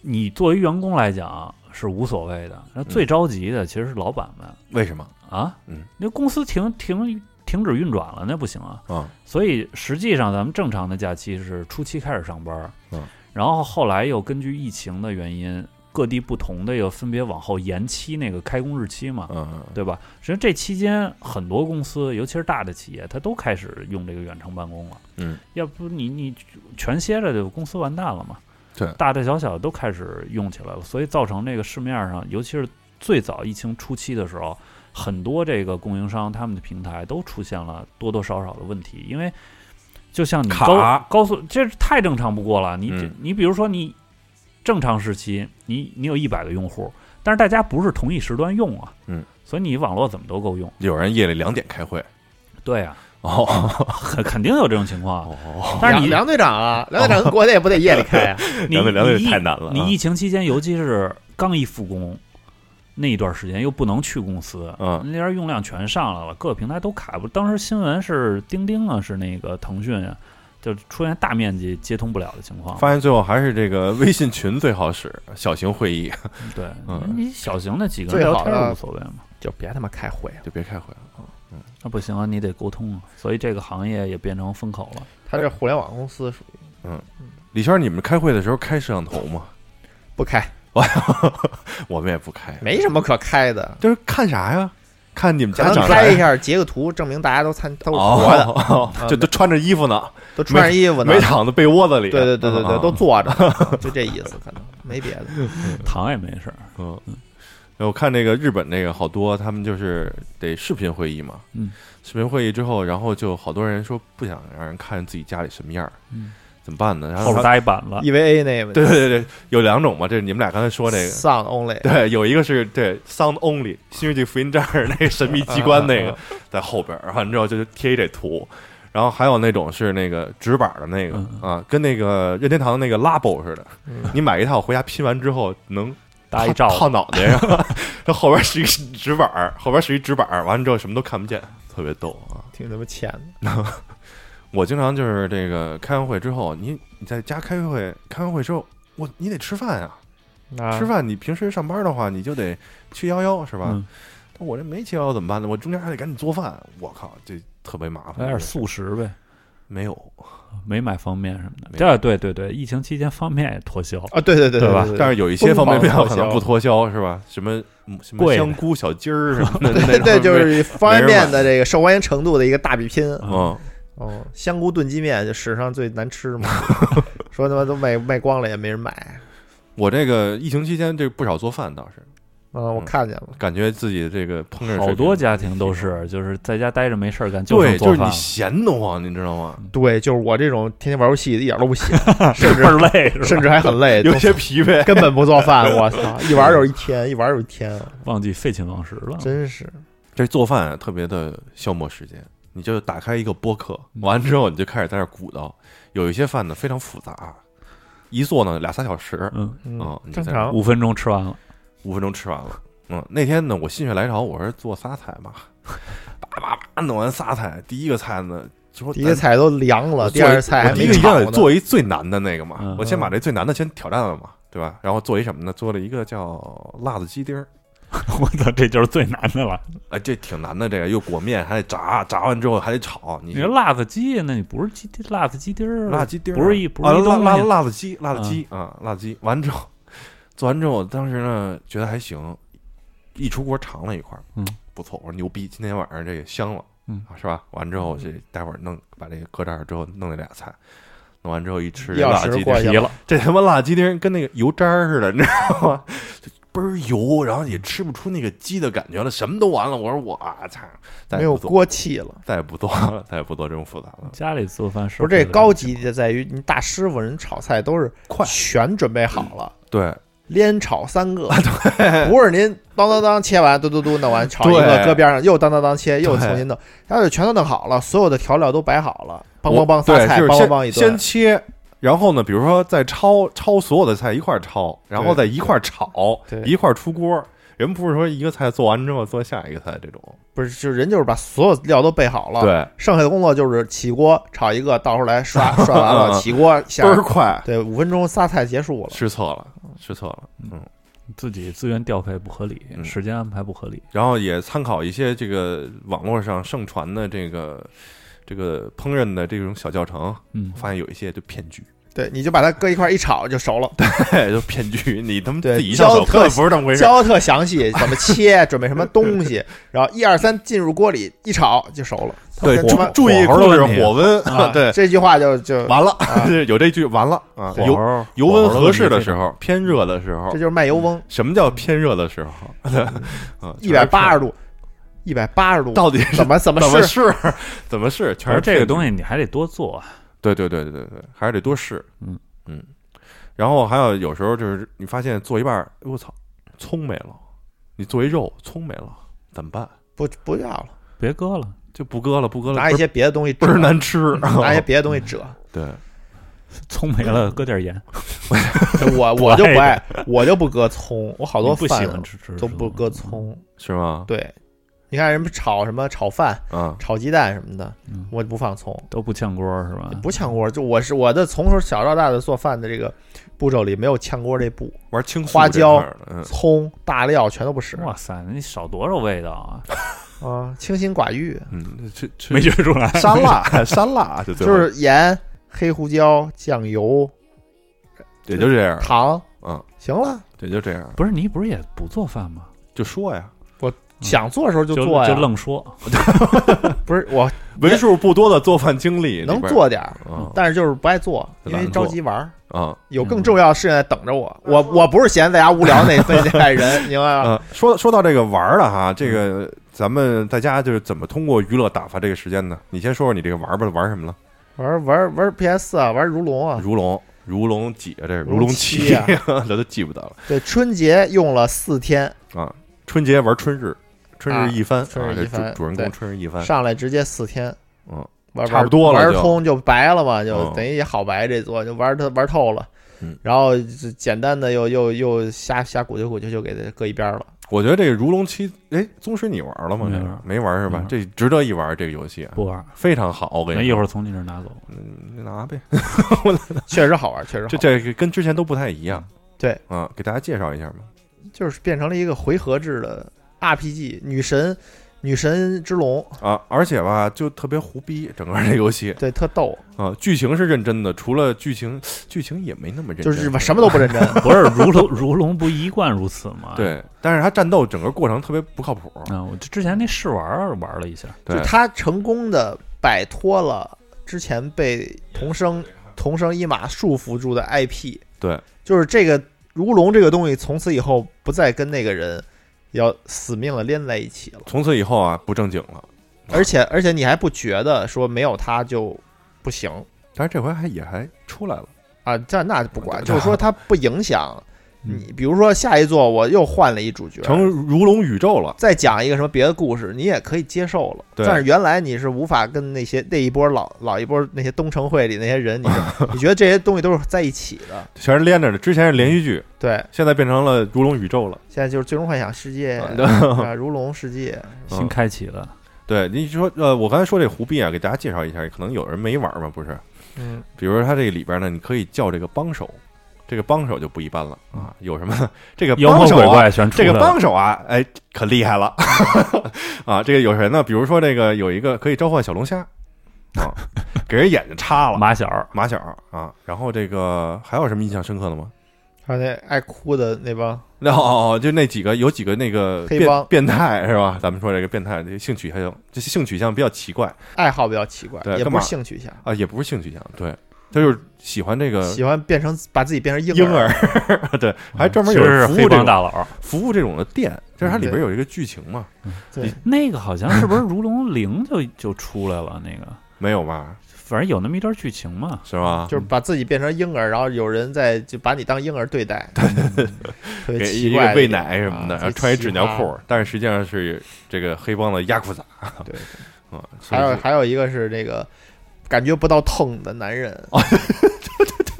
你作为员工来讲是无所谓的，那最着急的其实是老板们、为什么？啊。嗯，那公司停停停止运转了，那不行啊。啊，所以实际上咱们正常的假期是初期开始上班，嗯，然后后来又根据疫情的原因，各地不同的又分别往后延期那个开工日期嘛。嗯，对吧？实际上这期间，很多公司，尤其是大的企业，它都开始用这个远程办公了。嗯，要不你你全歇着，就公司完蛋了嘛。对大大小小都开始用起来了，所以造成这个市面上，尤其是最早疫情初期的时候，很多这个供应商他们的平台都出现了多多少少的问题，因为就像你卡高高速，这是太正常不过了。你、这嗯你比如说你正常时期，你你有一百个用户，但是大家不是同一时段用啊，嗯，所以你网络怎么都够用。有人夜里两点开会，对啊，哦肯肯定有这种情况啊。哦，但是梁你梁队长啊，梁队长跟国内不得夜里开 [laughs] 啊？你两位两位你疫太难了啊你疫情期间，尤其是刚一复工那一段时间，又不能去公司，嗯那边用量全上来了，各个平台都卡不。当时新闻是钉钉啊，是那个腾讯啊，就出现大面积接通不了的情况。发现最后还是这个微信群最好使，小型会议对，嗯你小型的几个人最聊好天儿的无所谓嘛。就别他妈开会了，就别开会了。那不行啊，你得沟通啊，所以这个行业也变成风口了。他这互联网公司属于李轩，你们开会的时候开摄像头吗？ [laughs] 不开，我们也不开，没什么可开的，就是看啥呀？看你们可家能长开一下截个图，证明大家都参都是活的，哦，啊这都穿着衣服呢，都穿着衣服呢没。躺在被窝子里。对对对对对，啊都坐着呢，就这意思，可能没别的。躺也没事儿，嗯，我看那个日本那个好多，他们就是得视频会议嘛，嗯，视频会议之后，然后就好多人说不想让人看自己家里什么样儿，嗯怎么办呢？然后后边他搭一板子， EVA 那个对对对对，有两种嘛，这是你们俩刚才说这个， Sound Only，对，有一个是对 Sound Only《新世纪福音战士》那个神秘机关那个在后边儿，然后你知道就贴一这图。然后还有那种是那个直板的那个嗯啊，跟那个任天堂那个 Labo 似的嗯，你买一套回家拼完之后能搭一套罩套子，脑袋上，它后 [laughs] 边是一个纸板儿，后边是一纸板儿，完了之后什么都看不见，特别逗啊！挺他妈欠的。我经常就是这个开完会之后，你你在家开会，开完会之后，我你得吃饭呀、啊吃饭你平时上班的话，你就得七幺幺是吧？嗯，但我这没七幺幺怎么办呢？我中间还得赶紧做饭，我靠，这特别麻来烦。点素食呗。没有，没买方便什么的没。这对对对，疫情期间方便也脱销，啊，对对对对吧对但是有一些疯方便面狂脱可能销不脱销是吧？什么什么贵的香菇小鸡儿什么的那对种，对，就是方便没人面买的这个受欢迎程度的一个大比拼。嗯，哦，香菇炖鸡面就史上最难吃嘛，说他妈都卖卖光了也没人买。我这个疫情期间这不少做饭倒是。嗯，我看见了，感觉自己这个烹饪水平好多家庭都是，就是在家待着没事儿干，对，剩就做是饭你了，闲得慌，你知道吗？对，就是我这种天天玩游戏的，一点都不喜欢，甚 [laughs] 倍至儿累是吧？甚至还很累，有些疲惫都，根本不做饭。我 [laughs] 操，一玩就是一天，一玩就是一天，忘记废寝忘食了。真是。这做饭啊特别的消磨时间。你就打开一个播客，嗯完之后你就开始在那儿鼓捣。有一些饭呢非常复杂，一做呢俩仨小时，嗯，哦嗯，你正在常。五分钟吃完了， [laughs] 五分钟吃完了。嗯，那天呢我心血来潮，我说做仨菜吧， [laughs] 叭叭叭弄完仨菜，第一个菜呢就说第一个菜都凉了，我第做一二个菜还我第没一个一定炒要呢得。做一最难的那个嘛，嗯我先把这最难的先挑战了嘛，对吧？然后做一什么呢？做了一个叫辣子鸡丁儿，我操，这就是最难的了。哎，这挺难的，这个又裹面，还得炸，炸完之后还得炒。你你说辣子鸡，那你不是鸡丁辣子鸡丁嗯儿，辣鸡丁儿不是一不啊是辣一东辣西。嗯辣子鸡，辣子鸡啊，辣子鸡。完之后，做完之后，当时呢觉得还行，一出锅尝了一块儿，嗯，不错，我说牛逼，今天晚上这个香了，嗯啊，是吧？完之后这嗯待会儿弄把这个搁这儿之后弄那俩菜。弄完之后一吃，一小辣时鸡丁过儿去皮了，这他妈辣鸡丁儿跟那个油渣儿似的，你知道吗？就 [laughs] 倍儿油，然后也吃不出那个鸡的感觉了，什么都完了。我说我操，再也没有不做，锅嗯气了。再也不做了，再也不做这种复杂了。家里做饭是不是这高级的在于，你大师傅人炒菜都是快嗯全准备好了，对，连炒三个，啊 [laughs] 不是您当当当切完，嘟嘟嘟弄完炒一个对搁边上，又当当当切，又对重新弄，他就全都弄好了，所有的调料都摆好了，梆梆我梆对仨菜，就是梆梆先梆一先顿，切，然后呢，比如说再焯焯所有的菜一块儿焯，然后对再一块儿炒对，一块儿出锅。人不是说一个菜做完之后做下一个菜这种，不是，就是人就是把所有料都备好了，，对，剩下的工作就是起锅炒一个，倒出来刷刷完了，起锅下倍，儿快，对，五分钟仨菜结束了，失策了，失策了，嗯。自己资源调配不合理，嗯时间安排不合理，然后也参考一些这个网络上盛传的这个这个烹饪的这种小教程，嗯，发现有一些就骗局， [laughs] 哎对，你就把它搁一块儿一炒就熟了，就骗局，你他妈对自己一上手教根本不是这么回事儿。教的特详细，怎么切，准备什么东西，然后一二三进入锅里一炒就熟了。对，他妈注注意火候的控制问题火温，，啊 [laughs] 对，这句话就就完了 [laughs] 啊，有这句完了啊，对油油油温合适的时，候，偏热的时候这，就是卖油翁，什么叫偏热的时候？ [laughs] 啊，一百八十十度，一百八十度，到底是怎么怎么怎么试？试？怎么试？反全是正这骗个局东西你还得多做啊，对对对对对对，还是得多试。嗯嗯，然后还有有时候就是你发现做一半儿，哎我操，葱没了，你做一肉葱没了，怎么办？不不要了，别搁了，就不搁了，不搁了，拿一些别的东西倍折儿，难吃。啊拿一些别的东西折。对，葱没了搁 [laughs] 点盐，我我就不爱，我就不搁葱，我好好多不喜饭啊欢吃吃都不搁葱。葱。是吗？对，你看人们炒什么炒饭、啊，炒鸡蛋什么的嗯，我就不放葱，都不炝锅是吧？不炝锅。就我是我的从小到大的做饭的这个步骤里没有炝锅这步，玩青素花这椒块儿的，嗯，葱大料全都不使哇塞，你少多少味道 [laughs] 啊！啊，清心寡欲。嗯，吃吃没觉出来，山辣山辣，就最就后是盐、黑胡椒、酱油、也就这样，糖，嗯，行了，也就这样，不是你不是也不做饭吗？就说呀，想做的时候就就做呀，就愣说，不是我为数不多的做饭经历能里边儿做点儿，啊但是就是不爱做，就因懒为得着做急玩儿，啊有更重要的事情在等着我。我我不是闲在家无聊那 [laughs] 那代人，明白吗？呃，说说到这个玩儿了哈，嗯这个咱们在家就是怎么通过娱乐打发这个时间呢？你先说说你这个玩儿吧，玩儿什么了？玩玩玩 PS 啊，玩如龙啊，如龙，如龙几啊？这是如龙龙七七啊 [laughs] 这都记不得了对，春节用了四天，啊！春节玩春日，春啊日一番，啊春日这一番主主人对公春日一番，上来直接四天，哎嗯，玩差不多了玩就通就白了嘛，就嗯等于也好白这座，就玩它玩透了嗯。然后就简单的又又又瞎瞎鼓捣鼓捣，就给它搁一边 [laughs] 儿了。我觉得这个如龙七，哎，宗师你玩了吗？没这个玩没玩是吧嗯没？玩这值得一玩这个游戏啊，不玩，非常好，我跟那你一说会儿从你这 [laughs] 儿拿走。嗯拿呗，确实好玩，确实好玩。这这个跟之前都不太一样。对啊，给大家介绍一下吧。就是变成了一个回合制的 RPG，女神女神之龙，啊，而且吧，就特别胡逼，整个这游戏对，特逗，啊，剧情是认真的，除了剧情，剧情也没那么认真，就是什么都不认真。不是如龙，如龙不一贯如此吗？，对，但是它战斗整个过程特别不靠谱，啊，我之前那试玩儿玩了一下，对嗯就，她成功的摆脱了之前被同生同生一马束缚住的 IP，对，就是这个如龙这个东西，从此以后不再跟那个人要死命的连在一起了，从此以后啊不正经了。而且而且你还不觉得说没有他就不行但是这回还也还出来了，啊？这那不管，对就是说它不影响。嗯你比如说下一座我又换了一主角，成如龙宇宙了。再讲一个什么别的故事，你也可以接受了。对但是原来你是无法跟那些那一波老老一波那些东城会里那些 [laughs] 人，你是你觉得这些东西都是在一起的。全是连着的，之前是连续剧，对，现在变成了如龙宇宙了。现在就是最终幻想世界啊啊，如龙世界， [laughs] 嗯新开启了，对，你说呃，我刚才说这胡逼啊，给大家介绍一下，可能有人没玩嘛，不是？嗯，比如说它这个里边呢，你可以叫这个帮手，这个帮手就不一般了啊，有什么 [laughs] 这个嗯妖帮魔手鬼啊，怪全出这来个了。帮手啊， [laughs] 哎，可厉害了 [laughs] 啊！这个有谁呢？比如说这个有一个可以召唤小龙虾啊， [laughs] 给人眼睛插了马小儿马小儿啊，然后这个还有什么印象深刻的吗？ [laughs] 还有那爱哭的那帮，那哦哦，就那几个有几个那个黑变帮变态是吧？咱们说这个变态这性取向，这性取向比较奇怪爱好比较奇怪对，也干不嘛是性取向，啊，也不是性取向，对，他就是喜欢这个喜欢变成把自己变成婴呃婴儿，儿， [laughs] 对，还专门有其实人服是务黑这帮种大佬。服务这种的店，这是嗯它里边有一个剧情嘛？对，那个好像是不是如龙零就 [laughs] 就出来了？那个没有吧？反正有那么一段剧情嘛。是吧？就是把自己变成婴儿，然后有人在就把你当婴儿对待，嗯特别给一奇怪个的喂一个奶什么的，啊然后穿一纸尿裤，但是实际上是这个黑帮的压裤衩对， [laughs] 啊，所还以有是还有一个是这个感觉不到痛的男人，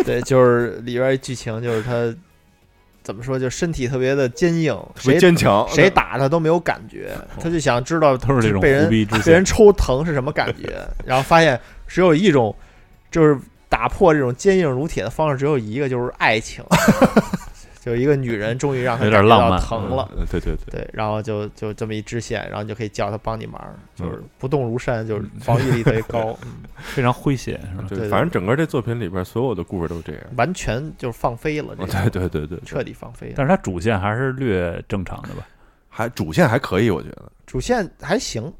对，就是里边剧情就是他怎么说，就身体特别的坚硬，特别谁坚强，谁打他都没有感觉，他就想知道都是这种被人胡逼之被心人，抽疼是什么感觉，然后发现只有一种，就是打破这种坚硬如铁的方式只有一个，就是爱情，就是一个女人终于让他有点感觉到浪漫疼了。嗯，对对对，对，然后就就这么一支线，然后你就可以叫他帮你忙，就是嗯不动如山，就是防御力特别高，嗯，非常诙谐，是吧？就对反正整个这作品里边所有的故事都这样，完全就是放飞了，这啊对个对对对，对彻底放飞了。但是它主线还是略正常的吧。还主线还可以，我觉得主线还行，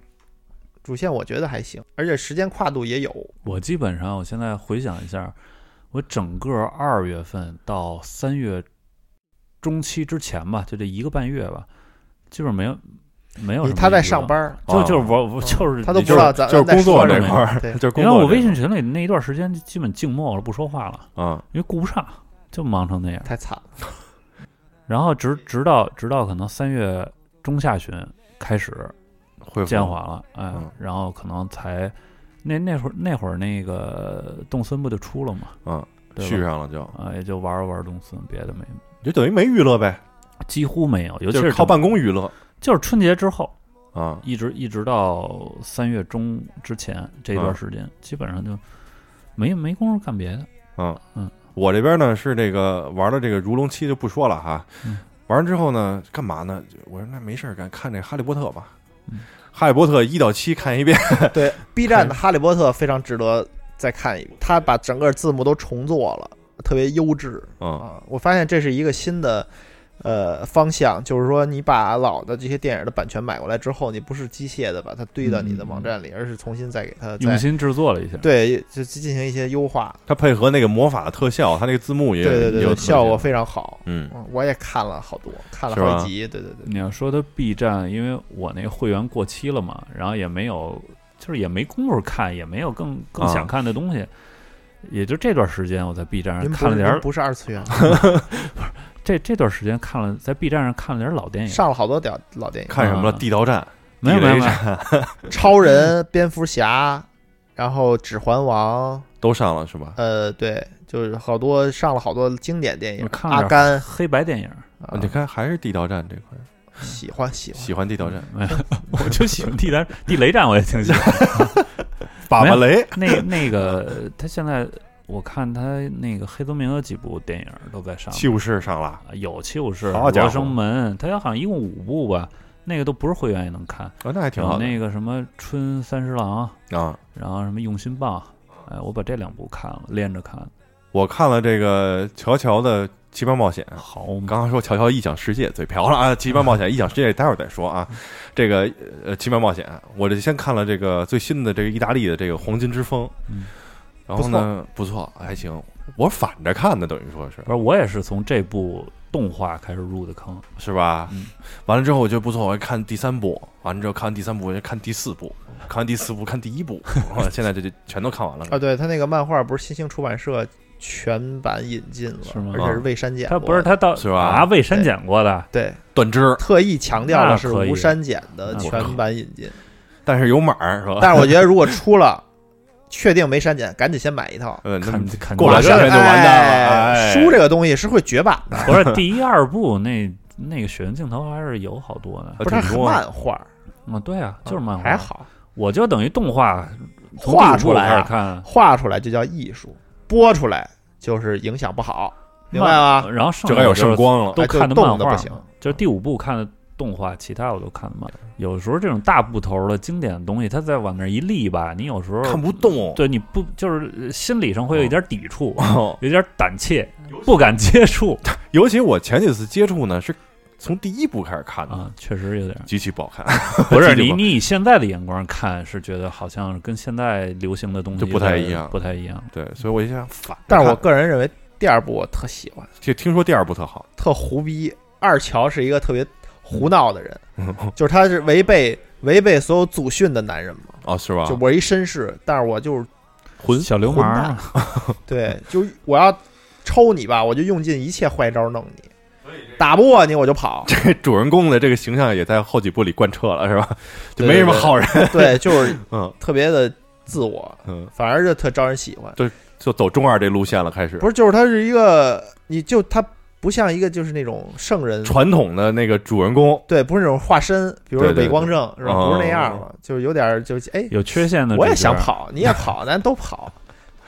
主线我觉得还行，而且时间跨度也有，我基本上，我现在回想一下，我整个二月份到三月中期之前吧，就这一个半月吧，基本没有没有什你么他在娱乐上，班儿，就啊就是我我嗯就是他都你不知是道咱就是咱在工作说这什么块儿， [laughs] 对就是工因为作我这块微信群里那一段时间基本静默了，不说话了，儿啊，因为顾不上，就忙成那样。太惨了。然后直直到直到可能三月中下旬开始会建华了，哎嗯，然后可能才那那会儿那会儿那个动森不就出了嘛，嗯，对吧续上了就啊，也就玩了玩动森，别的没，就等于没娱乐呗，几乎没有，尤其就是是靠整办公娱乐就是春节之后，啊，一直一直到三月中之前这段嗯时间，基本上就没没工夫干别的。嗯嗯我这边呢是这个玩了这个《如龙七》就不说了哈嗯，玩完之后呢，干嘛呢？我说那没事儿干，看这《哈利波特》吧，嗯哈利波特》一到七看一 [laughs] 遍，对 B 站的《哈利波特》非常值得再看一遍，他把整个字幕都重做了，特别优质嗯啊！我发现这是一个新的。呃，方向就是说，你把老的这些电影的版权买过来之后，你不是机械的把它堆到你的网站里，而是重新再给它嗯用再心制作了一下，对，就进行一些优化。它配合那个魔法的特效，它那个字幕也对对对也有对，特效写果非常好。嗯嗯我也看了好多，看了是吧好几集。对对对，你要说它 B 站，因为我那个会员过期了嘛，然后也没有，就是也没工夫看，也没有更更啊想看的东西。也就这段时间，我在 B 站上您不看了是点您儿，不是二次元，啊 [laughs] 这这段时间看了在 B 站上看了点儿老电影，上了好多屌老电影，看什么了？啊地道战没有没有没地雷有，超人、蝙蝠侠，然后指环王，都上了是吧？呃，对，就是好多上了好多经典电影我，看了阿甘，黑白电影，啊哦啊你看还是地道战这块儿，喜欢喜欢，喜欢地道嗯战，没有， [laughs] 我就喜欢地雷地雷战，我也挺喜欢。粑粑雷 [laughs] 那那个他现在我看他那个黑泽明有几部电影都在上，七武士上了啊有《七武士》好《家伙罗生门》，他好像一共五部吧，那个都不是会员也能看。啊，那还哦挺有好的那个什么《春三十郎》，啊。然后什么《用心棒》，哎，我把这两部看了，连着看，我看了这个乔乔的《奇葩冒险》，好我嘛，刚刚说《乔乔异想世界》嘴瓢了啊，《奇葩冒险》异想世界待会儿再说啊。这个呃，《奇葩冒险》，我这先看了这个最新的这个意大利的这个《黄金之风》嗯，然后呢，不错，还行。我反着看的，等于说是不是我也是从这部动画开始入的坑，是吧嗯？完了之后我觉得不错，我还看第三部，完了之后看完第三部，我就看第四部，看完第四部看第一 [laughs] 部，哇现在这就全都看完了。啊，对他那个漫画不是新兴出版社全版引进了，是吗啊而且是未删减他过的，不是他到是吧啊未删减过的，对断肢，特意强调那了是可以无删减的那我靠全版引 [laughs] 进，但是有码儿是吧？但是我觉得如果出了，确定没删减，赶紧先买一 [laughs] 套。呃，那看看过两下天就完蛋了哎哎书这个东西是会绝版的， [laughs] 不是第一二部那那个血缘镜头还是有好多的。呃不是它挺很多漫画，嗯，对啊，就是漫画，呃还好。我就等于动画从画第五部出来啊开始看，画出来就叫艺术，播出来就是影响不好，明白吗？啊然后剩这下还有就是圣光了，都哎就看的漫动的画不行，就是第五部看的动画，其他我都看的漫画。有时候这种大部头的经典的东西，它再往那儿一立吧，你有时候看不动。 [laughs] 对你不就是心理上会有一点抵触，哦有点胆怯，不敢接触。尤其我前几次接触呢，是从第一部开始看的，啊，确实有点儿极其不好看， [laughs] 不是记得你吗你以现在的眼光看是觉得好像跟现在流行的东西就不太一样不太一样。对，所以我就想反着看。但是我个人认为第二部我特喜欢，听听说第二部特好，特胡逼。二乔是一个特别胡闹的人， [laughs] 就是他是违背违背所有祖训的男人嘛。哦，是吧就？我是一绅士，但是我就是混小流混氓蛋啊，嗯对，就我要抽你吧，我就用尽一切坏招弄你，打不过你我就跑。这主人公的这个形象也在后几部里贯彻了，是吧？就对没什么好人， [laughs] 对，就是嗯特别的自我，嗯，反而就特招人喜欢。就走中二这路线了，开始不是，就是他是一个，你就他不像一个就是那种圣人，传统的那个主人公，对，不是那种化身，比如说对对伪光正是吧？哦不是那样嘛，就是有点儿就是哎， [laughs] 有缺陷的。我也想， [laughs] 跑，你也跑，咱都跑，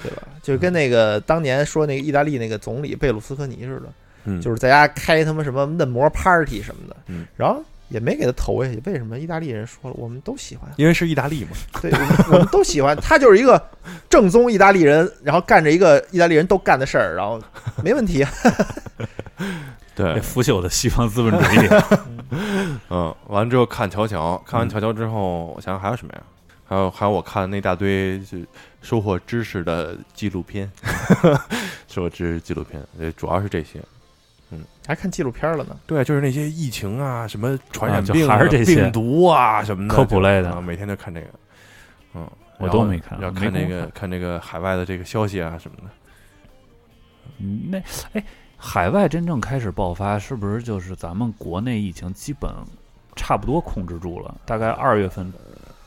对吧？就跟那个当年说那个意大利那个总理贝鲁斯科尼似的，嗯，就是在家开他妈什么嫩模 party 什么的嗯，然后。也没给他投下去，为什么？意大利人说了，我们都喜欢，因为是意大利嘛，对，我们我们都喜欢。他就是一个正宗意大利人，然后干着一个意大利人都干的事儿，然后没问题啊。 [laughs] 对这，腐朽的西方资本主义。 [laughs] 嗯，完了之后看乔乔，看完乔乔之后，我想想还有什么呀？还有还有，我看那大堆就收获知识的纪录片， [laughs] 收获知识纪录片，呃，主要是这些。还看纪录片了呢。对，就是那些疫情啊，什么传染啊就病、还是这些病毒啊什么的科普类的啊，每天就看这个。嗯， [laughs] 我然后都没看要没看空这个看这个海外的这个消息啊什么的。嗯那哎，海外真正开始爆发，是不是就是咱们国内疫情基本差不多控制住了？大概二月份，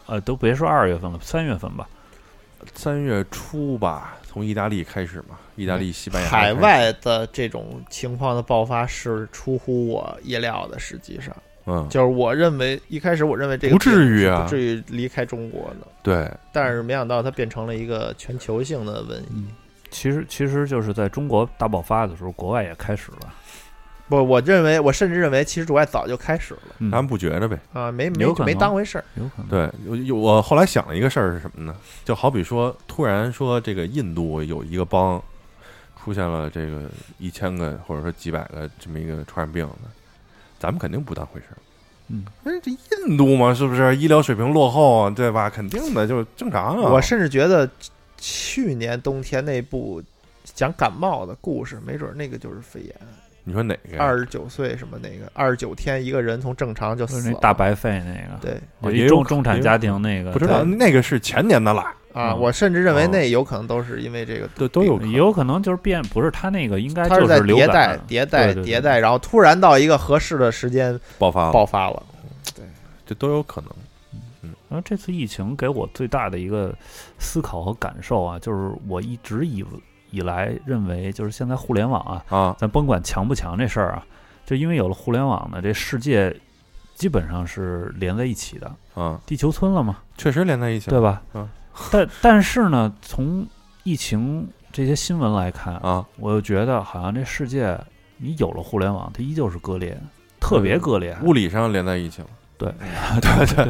呃，都别说二月份了，三月份吧。三月初吧，从意大利开始嘛，意嗯大利、西班牙开海始，外的这种情况的爆发是出乎我意料的，实际上嗯，就是我认为一开始我认为这个不至于病是啊不至于离开中国的，对，但是没想到它变成了一个全球性的瘟疫。其实其实就是在中国大爆发的时候，国外也开始了。不，我认为我甚至认为其实国外早就开始了咱们不觉着呗。啊，没没有可能没当回事儿。嗯有可能。嗯对，有有我后来想了一个事儿是什么呢？就好比说，突然说这个印度有一个邦出现了这个一千个或者说几百个这么一个传染病的，咱们肯定不当回事儿。嗯，那这印度嘛，是不是医疗水平落后，对吧？肯定的，就是正常嗯啊。我甚至觉得去年冬天那部讲感冒的故事，没准儿那个就是肺炎。你说哪个呀？二十九岁什么那个，二十九天一个人从正常就就是死那了大白肺那个，对。有也一有中可中产家庭那个，不知道对那个是前年的啦，啊，嗯我甚至认为哦那有可能都是因为这个，都都有可能也有可能就是变，不是他那个应该它就在流迭代感、啊迭代、对对对迭代，然后突然到一个合适的时间爆发了，爆发了。这都有可能。然后这次疫情给我最大的一个思考和感受啊，就是我一直以以来认为，就是现在互联网啊，啊，咱甭管强不强这事儿啊，就因为有了互联网呢，这世界基本上是连在一起的，啊，地球村了嘛，确实连在一起了，对吧？嗯但但是呢，从疫情这些新闻来看，啊，我又觉得好像这世界，你有了互联网，它依旧是割裂，特别割裂，物理上连在一起了， [laughs] 对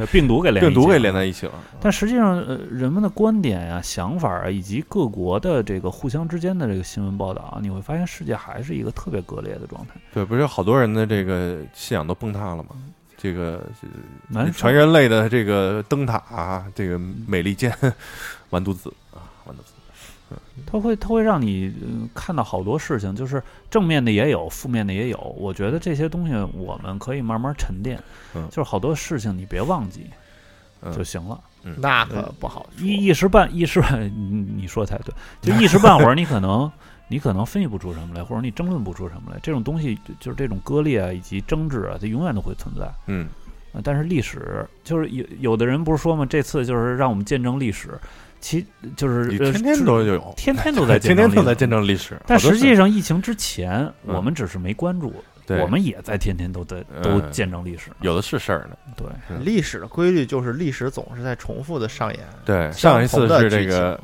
病毒给连病毒给连在。在一起了。但实际上，呃，人们的观点呀、想法啊，以及各国的这个互相之间的这个新闻报道啊，你会发现世界还是一个特别割裂的状态。对，不是好多人的这个信仰都崩塌了吗？这个难说全人类的这个灯塔、啊，这个美利坚完犊子啊，完犊子。它会它会让你、呃看到好多事情，就是正面的也有，负面的也有。我觉得这些东西我们可以慢慢沉淀，嗯就是好多事情你别忘记、嗯就行了。那可不好说。一一时半一时半，你你说得太 [laughs] 对，就一时半会儿你可能你可能分析不出什么来，或者你争论不出什么来。这种东西就就是这种割裂啊，以及争执啊，它永远都会存在。嗯，呃但是历史就是有有的人不是说嘛，这次就是让我们见证历史，其就是你呃天天是都有，天 [laughs] 天都在天见天证都在历史见证历史。但好多实际事上，疫情之前，嗯我们只是没关注，对我们也在天天都在嗯都见证历史。有的是事儿呢。对，历史的规律就是历史总是在重复的上演。对，上一次相同的是这剧情个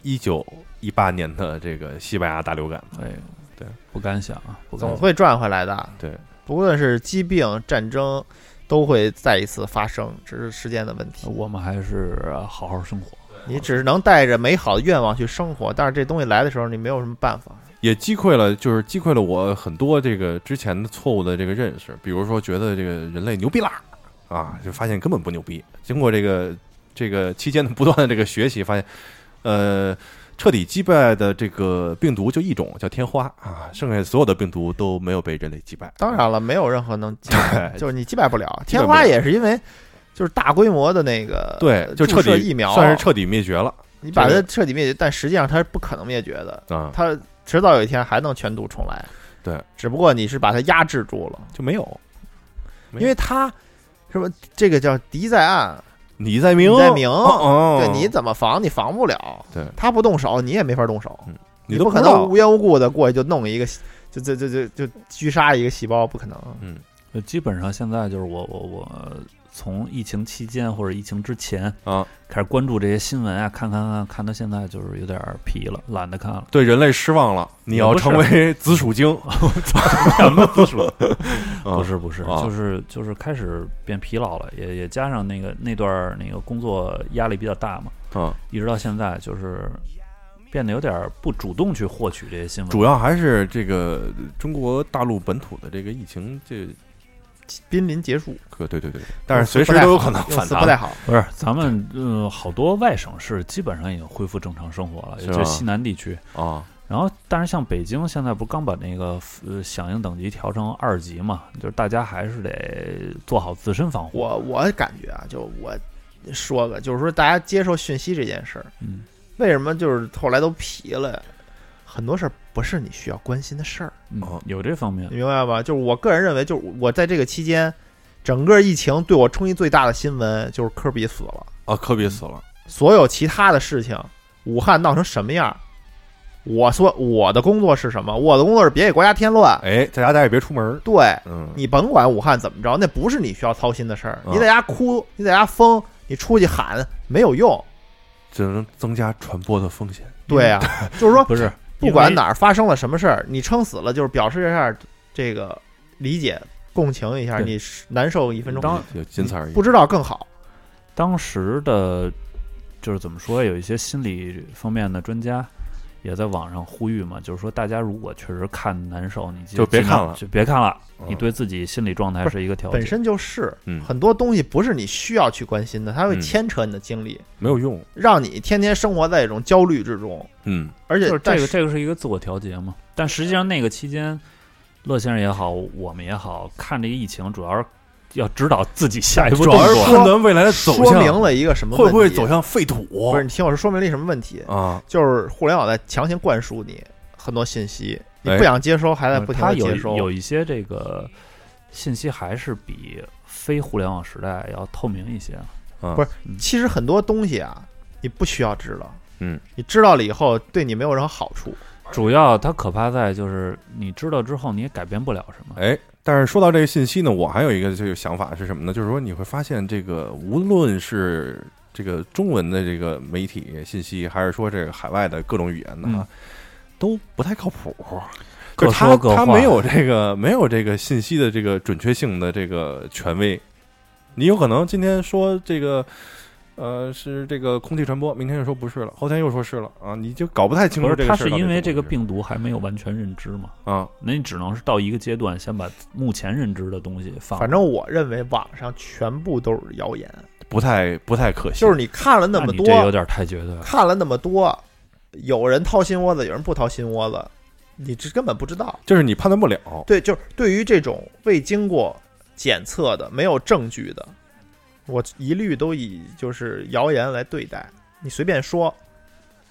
一九一八年的这个西班牙大流感，哎，对，不敢想啊，不总敢想。会转回来的。对，不论是疾病、战争，都会再一次发生，只是时间的问题。我们还是呃好好生活。你只是能带着美好的愿望去生活，但是这东西来的时候，你没有什么办法。也击溃了，就是击溃了我很多这个之前的错误的这个认识，比如说觉得这个人类牛逼啦，啊，就发现根本不牛逼。经过这个这个期间的不断的这个学习，发现，呃，彻底击败的这个病毒就一种叫天花啊，剩下所有的病毒都没有被人类击败。当然了，没有任何能击败，对就是你击败不 [laughs] 了。击败天不了花也是因为就是大规模的那个对，就注彻射底疫苗，算是彻底灭绝了你把它这彻底灭绝，但实际上它是不可能灭绝的，啊，它迟早有一天还能全毒重来。对，只不过你是把它压制住了，就没有。没有因为它什么这个叫敌在暗，你在明，你在明哦、哦对，你怎么防你防不了，对他不动手你也没法动手，你都不不可知能道无缘无故的过去就弄一个，就就就就就狙杀一个细胞，不可能。就呃基本上现在就是我我我从疫情期间或者疫情之前啊，开始关注这些新闻啊，看看看看到现在就是有点儿疲了，懒得 [laughs] 看了。对人类失望了，你要不是成为紫薯精，什么不是啊不是不是，啊就是就是开始变疲劳了，也也加上那个那段儿那个工作压力比较大嘛，啊，一直到现在就是变得有点儿不主动去获取这些新闻。主要还是这个中国大陆本土的这个疫情，这濒临结束，个对对对，但是随时都有可能用反词不太弹。好。不是咱们呃好多外省市基本上已经恢复正常生活了，是也吧就西南地区。啊！然后，但是像北京现在不是刚把那个呃响应等级调成二级嘛，就是大家还是得做好自身防护。我我感觉啊，就我说个，就是说大家接受讯息这件事儿，嗯，为什么就是后来都皮了？很多事儿不是你需要关心的事儿，嗯哦有这方面你，明白吧？就是我个人认为，就是我在这个期间，整个疫情对我冲击最大的新闻就是科比死了，啊，科比死了，所有其他的事情，武汉闹成什么样儿，我说我的工作是什么？我的工作是别给国家添乱。哎，在家待着别出门儿，对嗯，你甭管武汉怎么着，那不是你需要操心的事儿。嗯你在家哭，你在家疯，你出去喊没有用。只能增加传播的风险。对呀、就是说不是不管哪儿发生了什么事儿，你撑死了就是表示一下这个理解、共情一下，对你是难受一分钟，当就仅此而已。不知道更好。当时的，就是怎么说，有一些心理方面的专家也在网上呼吁嘛，就是说大家如果确实看难受，你就别尽量看了就别看了，嗯你对自己心理状态不是一个调本节。身就是嗯，很多东西不是你需要去关心的，它会嗯牵扯你的精力，没有用。让你天天生活在一种焦虑之中。嗯，而且就是但这个，这个是一个自我调节嘛。但实际上那个期间，乐先生也好，我们也好看这个疫情，主要是要指导自己下一步主动要哎是作。判断未来的走说明向，了一个什么问会题？不会走向废土？不是，你听我说，说明了一什么问题？啊，就是互联网在强行灌输你很多信息，你哎不想接收，还在不停嗯它的有接一收。有一些这个信息还是比非互联网时代要透明一些。不是，其实很多东西啊，你不需要知道。嗯，你知道了以后，对你没有任何好处。主要它可怕在就是你知道之后你也改变不了什么。哎，但是说到这个信息呢，我还有一个这个想法是什么呢？就是说你会发现，这个无论是这个中文的这个媒体信息，还是说这个海外的各种语言呢，嗯都不太靠谱。各就是说他各话他没有这个没有这个信息的这个准确性的这个权威，你有可能今天说这个。呃，是这个空气传播，明天又说不是了，后天又说是了啊，你就搞不太清不楚是，这它个事儿是到底因为怎这么回个事病毒还没有完全认知嘛，啊，那你只能是到一个阶段，先把目前认知的东西啊放。反正我认为网上全部都是谣言，不太不太可信，就是你看了那么你这有多，点太绝对了。看了那么多，有人掏心窝子，有人不掏心窝子，你这根本不知道。就是你判断不了，对，就是对于这种未经过检测的、没有证据的，我一律都以就是谣言来对待。你随便说，啊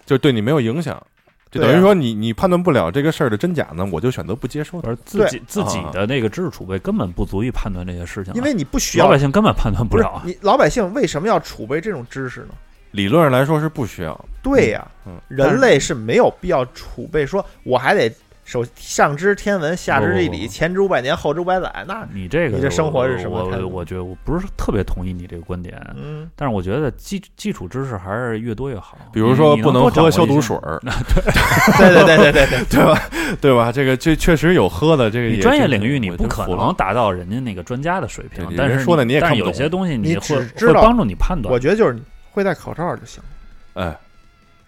就是对你没有影响，就对等于啊说你你判断不了这个事儿的真假呢，我就选择不接受它。而自己对自己的那个知识储备根本不足以判断这些事情啊，因为你不需老要百，姓根本判断不是了啊。你老百姓为什么要储备这种知识呢？理论上来说是不需要，对呀、嗯嗯人类是没有必要储备，说我还得手上知天文，下知地不不理，不前知五百年，后知五百载，那你这个你这生活是什么我态我度我觉得我不是特别同意你这个观点， [laughs] 嗯，但是我觉得基基础知识还是越多越好。比如说你你不能多掌喝握一些消毒水儿，对对对对对对，对吧？对吧？这个这确实有喝的，这个也你专业真是领域你我不真可服能了达到人家那个专家的水平对，但人是说的你也但是看不有懂些东西你会只知道会帮助你判断我。觉得就是你会戴口罩就行了。哎，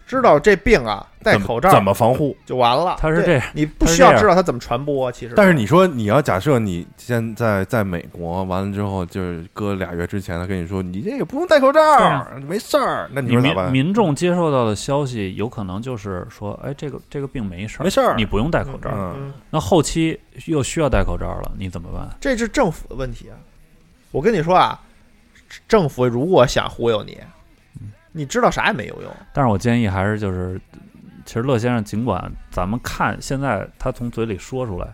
知道这病啊，戴怎么口罩怎么防护？就完了。他是对这样，你不他是需这要样知道它怎么传播，其实。但是你说你要假设你现在在美国，完了之后就是搁俩月之前，他跟你说你这也不用戴口罩对啊，没事儿，那你你说咋民办？民众接受到的消息有可能就是说，哎，这个这个病没事儿，没事儿你不用戴口罩。嗯嗯，那后期又需要戴口罩了，你怎么办？这是政府的问题啊。我跟你说啊，政府如果想忽悠你，你知道啥也没有用。但是我建议还是就是，其实乐先生尽管咱们看现在他从嘴里说出来，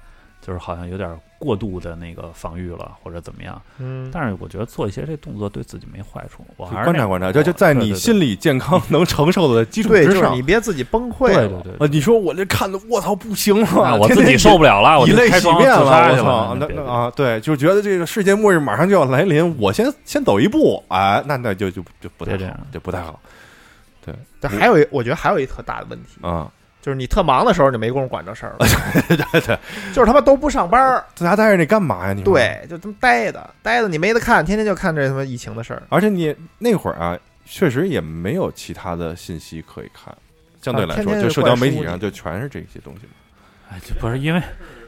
就是好像有点过度的那个防御了或者怎么样，嗯但是我觉得做一些这动作对自己没坏处。我还是观那察个观察，就就在对你对对心理健康能承受的基础对，就之是上你。别自己崩溃对了。对对啊，你说我这看的，我操，不行那了，我天自天己受不了了，我以就泪开洗窗面自杀了，我去操！了。那别那，啊，对，就觉得这个世界末日马上就要来临，我先先走一步，哎，那那就就就不太对这好样，就不太好但还有一，我觉得还有一特大的问题， [laughs] 啊。就是你特忙的时候，你没工夫管这事儿了。 [laughs] 就是他妈都不上班儿，在家待着你干嘛呀？你说，对，就他妈呆的，呆的你没得看，天天就看这他妈疫情的事儿。而且你那会儿啊，确实也没有其他的信息可以看，相对啊来天说，天就就社灌交媒输体你上就全是这些东西嘛，哎，这不是因为，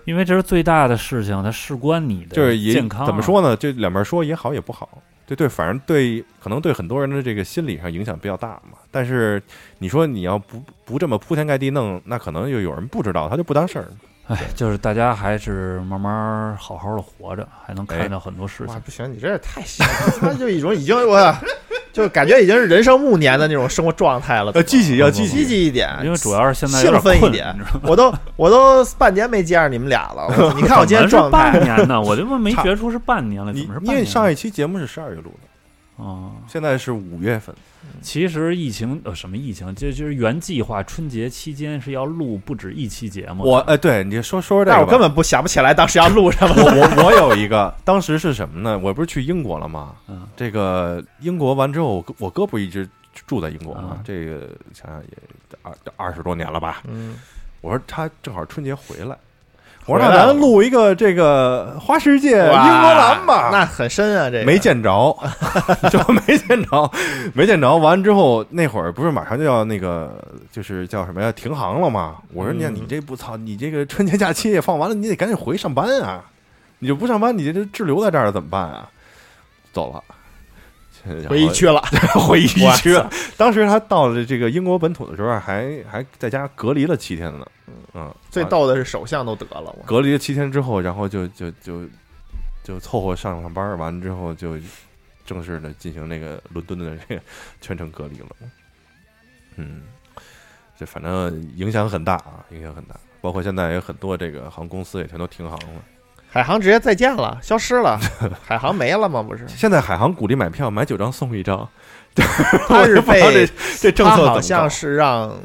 因为这是最大的事情，它事关你的就是也健康啊。怎么说呢？这两边说也好也不好，对对，反正对可能对很多人的这个心理上影响比较大嘛。但是你说你要不不这么铺天盖地弄，那可能又有人不知道，他就不当事儿。哎，就是大家还是慢慢好好的活着，还能哎看到很多事哇，情。不行，你这也太小了，他就一种已经我，就感觉已经是人生暮年的那种生活状态了。要积极，要积积极，极一点，因为主要是现在有兴奋点一困，点你知道吗？我都我都半年没见着你们俩了，我你看我今天怎状么 [laughs] 是半态，年呢，我他妈没差觉出是半年了，怎你么是半因年为呢？上一期节目是十二月录的，啊，现在是五月份，其实疫情呃什么疫情，这就是原计划春节期间是要录不止一期节目的。我哎，对你说说说这但个是我吧根本不想不起来当时要录什么。我我我有一个，当时是什么呢？我不是去英国了吗？嗯这个英国完之后，我哥我哥不一直住在英国吗？嗯这个想想也二二十多年了吧。嗯，我说他正好春节回来，我说回来那了咱录一个这个花世界英格哇兰吧。那很深啊，这个没见着， [laughs] 就没见着，没见着。完之后，那会儿不是马上就要那个，就是叫什么呀？停航了吗？我说，你看嗯你这不操，你这个春节假期也放完了，你得赶紧回上班啊！你就不上班，你这这滞留在这儿了怎么办啊？走了，回忆去了， [laughs] 回忆哇去了。当时他到了这个英国本土的时候，还还在家隔离了七天呢。嗯，最完逗的是首相都得了，我隔离了七天之后，然后就就就就凑合上上班儿，完了之后就正式的进行那个伦敦的这个全程隔离了。嗯，这反正影响很大啊，影响很大。包括现在有很多这个航空公司也全都停航了。海航直接再见了，消失了，海航没了吗？不是，现在海航鼓励买票，买九张送一 [laughs] 张。他是 [laughs] 我也不知被道这这政策他怎么好像搞是让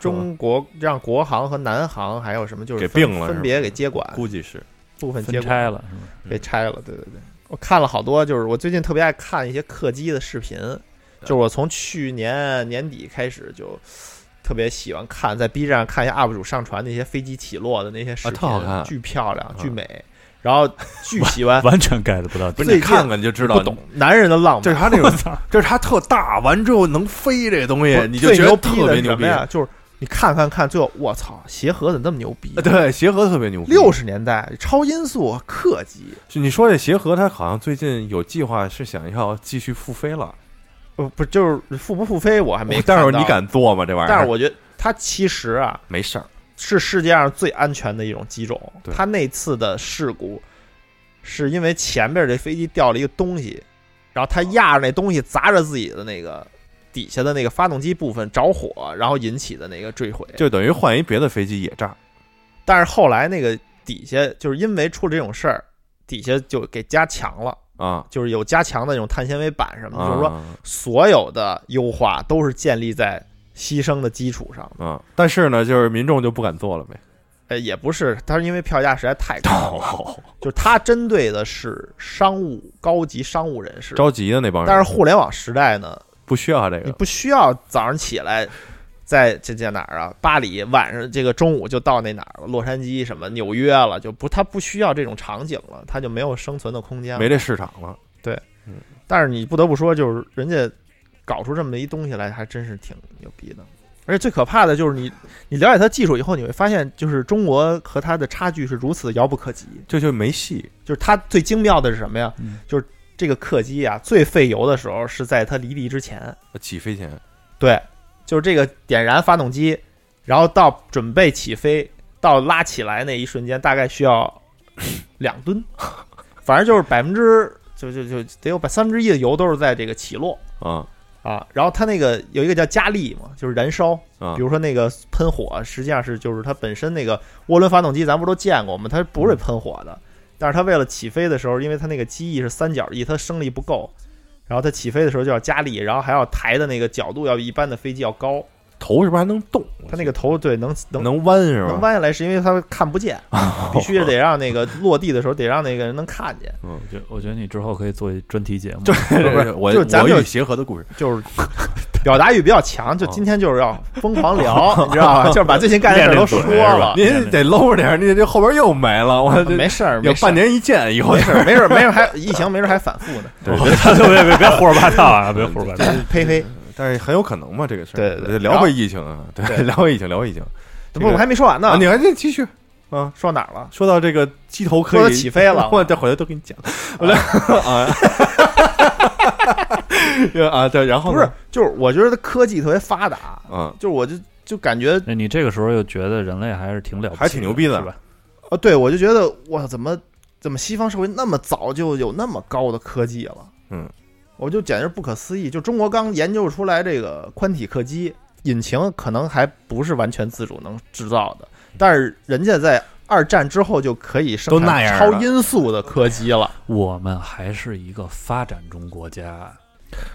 中国让国航和南航还有什么就是给分并了是吧分别给接管，估计是部分接分管拆了，是不是？，嗯被拆了。对对对，我看了好多，就是我最近特别爱看一些客机的视频，嗯就是我从去年年底开始就。特别喜欢看，在 B 站看一下 UP 主上传那些飞机起落的那些视频，啊特好看巨漂亮，巨嗯美，然后巨喜欢 [laughs] 完全 get 不到。不是最你近看看就知道不懂男人的浪漫。这是他这我种，操！这是他特大，完之后能飞这个东西不，你就最觉牛得逼特的别是牛什逼么。呀？就是你看看看，最后我操，鞋盒怎么那么牛逼？对，协和特别牛逼，六十年代超音速客机，就你说这协和，它好像最近有计划是想要继续复飞了，呃，不就是复不复飞我还没。但是你？敢坐吗？这玩意儿？但是我觉得它其实啊没事儿，是世界上最安全的一种机种。对它那次的事故是因为前面这飞机掉了一个东西，然后它压着那东西砸着自己的那个底下的那个发动机部分着火，然后引起的那个坠毁。 [laughs] 就等于换一别的飞机也炸，但是后来那个底下就是因为出了这种事儿，底下就给加强了，啊，就是有加强的那种碳纤维板什么的，就是说啊所有的优化都是建立在牺牲的基础上。啊，但是呢，就是民众就不敢坐了呗。呃，也不是，它是因为票价实在太高了， [laughs] 就是它针对的是商务高级商务人士。着急的那帮人，啊但是互联网时代呢，不需要这你个，不需要早上起来在这在哪儿啊？巴黎，晚上这个中午就到那哪儿了？洛杉矶什么纽约了，就不它不需要这种场景了，它就没有生存的空间了。没这市场了。但是你不得不说，就是人家搞出这么一东西来，还真是挺牛逼的。而且最可怕的就是你，你了解它技术以后，你会发现，就是中国和它的差距是如此遥不可及。这就没戏。就是它最精妙的是什么呀？嗯就是这个客机啊，最费油的时候是在它离地之前。起飞前，对，就是这个点燃发动机，然后到准备起飞到拉起来那一瞬间，大概需要两吨，反正就是百分之就就就得有百三分之一的油都是在这个起落啊啊。然后它那个有一个叫加力嘛，就是燃烧，啊比，如说那个喷火，实际上是就是它本身那个涡轮发动机，咱不是都见过吗？它不是嗯喷火的，但是它为了起飞的时候，因为它那个机翼是三角翼，它升力不够，然后它起飞的时候就要加力，然后还要抬的那个角度要比一般的飞机要高，头是不是还能动？它那个头对能能能弯是吧？哦能弯下来，是因为它看不见，必须得让那个落地的时候得让那个人能看见，我觉得我觉得你之后可以做一专题节目， [laughs] 不是我就是咱我们与协和的故事，就是表达欲比较强，就今天就是要疯狂聊，哦你知道吧？就是把最近干的事儿 [laughs] 都说练练嘴是吧了。您得搂着点儿，您这后边又没了，我这啊没事儿，没有事儿半年一见，以后 [laughs] 没事儿，没事儿，没事儿，还疫情，没准儿还反复 [laughs] 呢。哦对，别 [laughs] 别别别胡说八 [laughs] 道啊，别胡说八道。呸呸，但是很有可能嘛，这个事儿。对对对聊回疫情啊，对， [laughs] 对聊回疫情，聊回疫情。这不，个我还没说完呢啊，。你还得继续啊。说哪儿了？说到这个机头说可到以起飞了啊 [laughs] 我再回来都给你讲。我来啊， [laughs] 啊， [laughs] 对，然后不呢是，就是我觉得科技特别发达，啊，就是我就就感觉，那你这个时候又觉得人类还是挺了不起，还挺牛逼的是吧？呃，对我就觉得，哇，怎么怎么西方社会那么早就有那么高的科技了？嗯，我就简直不可思议。就中国刚研究出来这个宽体客机，引擎可能还不是完全自主能制造的，但是人家在二战之后就可以生都那样产了超音速的客 [laughs] 机了。我们还是一个发展中国家，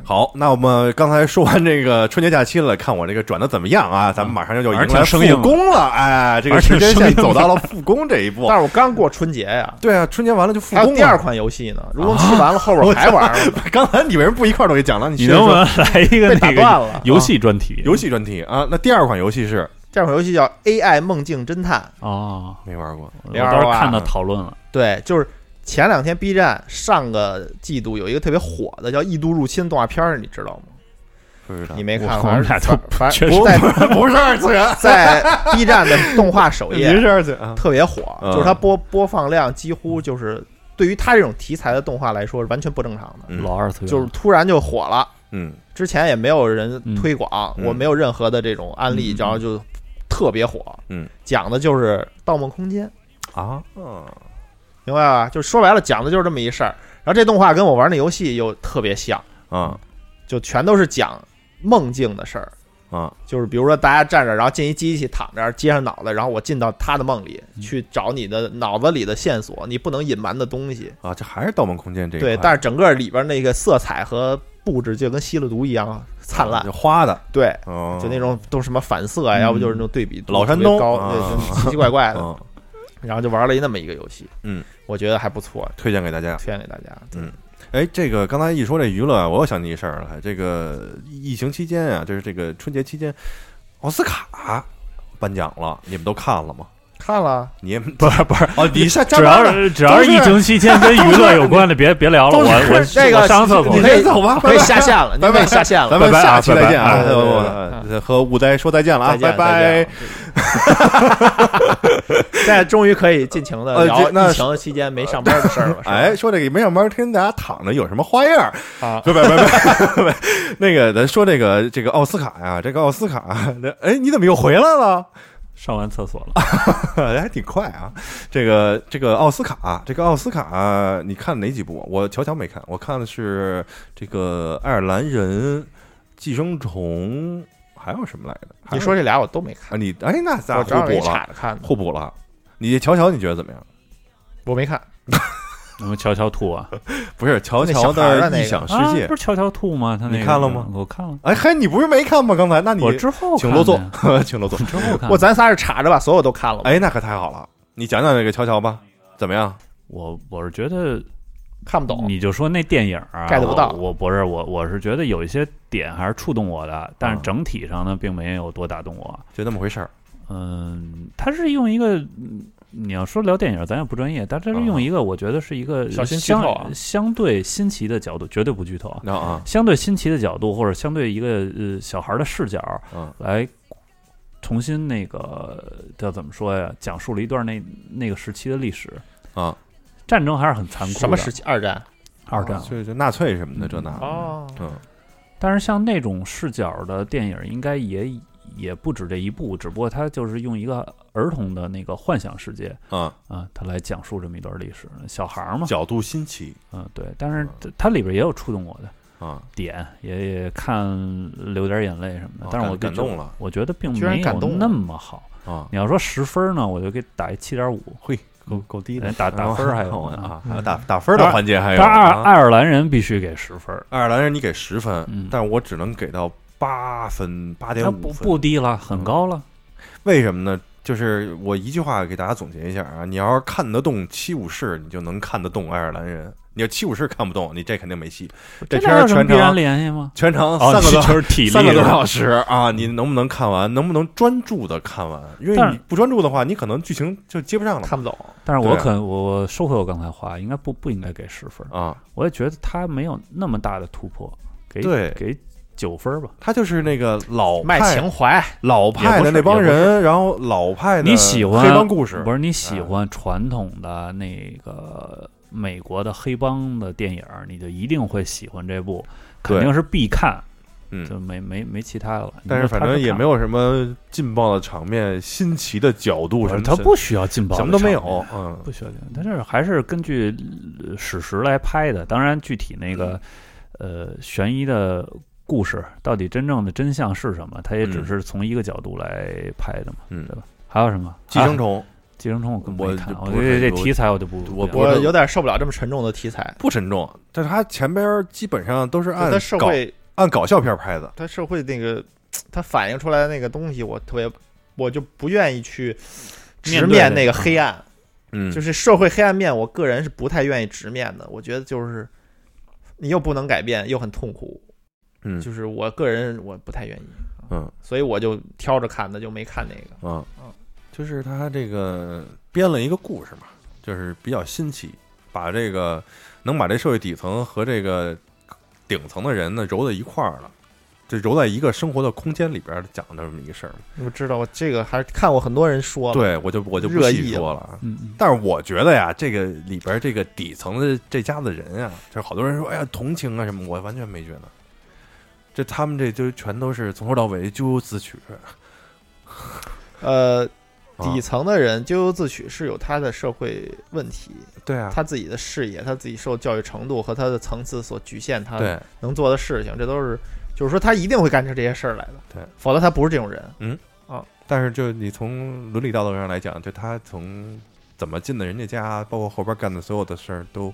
好，那我们刚才说完这个春节假期了，看我这个转的怎么样嗯啊？咱们马上就就迎而且来复生硬了工了，哎，这个而且时间生线硬走了到了复工这一步。 [laughs] 但是我刚过春节呀、对啊，春节完了就复还有工第二了。啊款游戏呢，《如龙七》完了，后边还玩儿呢， [laughs] 刚才你为什么不一块儿都给讲了？你你接着能不说能来一个被打那断个了。啊游戏专题？游戏专题啊？那第二款游戏是这款游戏叫《AI 梦境侦探哦，没玩啊过，我零二倒是八看到讨论了，》，对，就是前两天 B 站上个季度有一个特别火的叫《异度入侵》动画片儿，你知道吗？不知道你没看？我反正我们俩反 [laughs] 都反确正实在 [laughs] 不是二次元，在 B 站的动画 [laughs] 首您页是二次元啊？特别火，嗯就是它播播放量几乎就是对于它这种题材的动画来说是完全不正常的，嗯老二次元就是突然就火了。嗯，之前也没有人推广，嗯我没有任何的这种案例，嗯然后就特别火。嗯，讲的就是《盗梦空间》，啊，明白吧？就说白了，讲的就是这么一事儿。然后这动画跟我玩那游戏又特别像，啊就全都是讲梦境的事儿。啊就是比如说，大家站着，然后进一机器躺着，接上脑袋，然后我进到他的梦里嗯去找你的脑子里的线索，你不能隐瞒的东西。啊！这还是《盗梦空间》这一对，块但是整个里边那个色彩和布置就跟吸了毒一样啊灿烂就。花的，对，啊哦 [laughs] 就那种都是什么反色啊，嗯要不就是那种对比度老山特别东高，啊 [laughs] 对，就奇奇怪怪的。嗯，然后就玩了一那么一个游戏，嗯，我觉得还不错，推荐给大家。推荐给大家。嗯哎，这个刚才一说这娱乐啊，我又想起一事儿来。这个疫情期间啊，就是这个春节期间，奥斯卡颁奖了，你们都看了吗？看了，啊你们不是不是，哦，你是只要是只要是疫情期间跟娱乐有关的，别别聊了，我都是我这个我上厕所你你去。可先以走吧，可以拜拜下线拜了，您拜可以下线了咱。们拜拜下啊期再见啊！拜拜呃啊我对呃和五代说再见了啊，再拜见，拜再。见。 [laughs] 现在终于可以尽情的呃聊这那疫情期间没上班的事儿了。是吧哎，，说这个没上班天大家躺着有什么花样儿？啊，不不不不不，那个咱说这个这个奥斯卡呀，这个奥斯卡，这哎你怎么又回来了？ [laughs] 上完厕所了，还挺快啊！这个这个奥斯卡，啊这个奥斯卡，你看哪几部啊？我乔乔没看，我看的是这个爱尔兰人、寄生虫，还有什么来着？还你有说这俩我都没啊，看，你哎那咱我正互好给补岔了，着看呢，互补了。你乔乔你觉得怎么样？我没看。我们悄悄吐啊！不是乔那小乔孩儿的那异个想世啊界不？是悄悄吐吗？他那个你看了吗我看了，哎嘿，你不是没看吗？刚才那你我之后请看落的座 [laughs] 呀，请落座。之后看的。我咱仨是岔着把所有都看了吧，哎，那可太好了！你讲讲这个乔乔吧，怎么样？我我是觉得看不懂。你就说那电影啊 get 不到我我不是我，我是觉得有一些点还是触动我的，但是嗯整体上呢，并没有多打动我。就那么回事儿。嗯，它是用一个嗯你要说聊电影，咱也不专业，但这是用一个我觉得是一个小心剧相透啊相对新奇的角度，绝对不剧透啊，那啊，相对新奇的角度或者相对一个呃小孩的视角嗯来重新那个叫怎么说呀，讲述了一段那那个时期的历史啊，战争还是很残酷的，什么时期？二战二战，啊就就纳粹什么的这那的，哦，嗯但是像那种视角的电影，应该也也不止这一部，只不过它就是用一个儿童的那个幻想世界啊，啊，它来讲述这么一段历史。小孩儿嘛，角度新奇嗯，对。但是它它里边也有触动我的啊，点，也也看流点眼泪什么的哦。嗯但是我感感就觉得动了我觉得并居然没感有动了那么好。啊，你要说十分呢，我就给打一七点五，嘿，够够低的哎人。打打分儿还有呢啊，还有打打分儿的环节还但有是爱啊。爱尔兰人必须给十分儿，爱尔兰人你给十分，嗯但我只能给到八分，八点那五不分。不低了，很嗯高了。为什么呢？就是我一句话给大家总结一下啊，你要是看得动七武士，你就能看得动爱尔兰人；你要七武士看不动，你这肯定没戏。这片俩儿有什么全必然长联系吗？全长哦，三个多、就是体力三个多是吧小时啊，你能不能看完？能不能专注的看完？因为但你不专注的话，你可能剧情就接不上了看不懂，但是我对啊可我我收回我刚才话，应该不不应该给十分，啊。我也觉得他没有那么大的突破，给对给九分吧。他就是那个老卖派情怀，老派的那帮人，然后老派的你喜欢黑帮故事嗯不是你喜欢传统的那个美国的黑帮的电影，你就一定会喜欢这部，对肯定是必看，嗯就没没没其他的了。但是反正也没有有什么劲爆的场面、新奇的角度什么，他不需要劲爆，什么都没有，。嗯，不需要劲爆，但是还是根据呃史实来拍的。当然，具体那个嗯呃悬疑的故事到底真正的真相是什么，它也只嗯是从一个角度来拍的嘛。嗯对吧？还有什么寄生啊虫寄生虫我更我没看，就我不对是这很题材我就不我不不了我是解有点受不了这么沉重的题材。不沉重，但是他前边基本上都是就按他社搞会，按搞笑片拍的，他社会那个，他反映出来的那个东西，我特别，我就不愿意去直面对面的那个黑暗，嗯，就是社会黑暗面，我个人是不太愿意直面的。我觉得就是你又不能改变，又很痛苦，嗯就是我个人我不太愿意，啊嗯，所以我就挑着看的，就没看那个。啊嗯，就是他这个编了一个故事嘛，就是比较新奇，把这个能把这社会底层和这个顶层的人呢揉在一块儿了，就揉在一个生活的空间里边儿讲的这么一个事儿嘛。我知道，我这个还是看过很多人说，对，我就我就不热细议说了啊。嗯嗯，但是我觉得呀，这个里边这个底层的这家子人啊，就是好多人说，哎呀，同情啊什么，我完全没觉得。这他们这就全都是从头到尾咎由自取，呃，啊底层的人咎由自取是有他的社会问题，对啊，他自己的视野、他自己受教育程度和他的层次所局限，他对，能做的事情，这都是就是说他一定会干出这些事儿来的，对，否则他不是这种人。但是就你从伦理道德上来讲，就他从怎么进的人家家，包括后边干的所有的事儿，都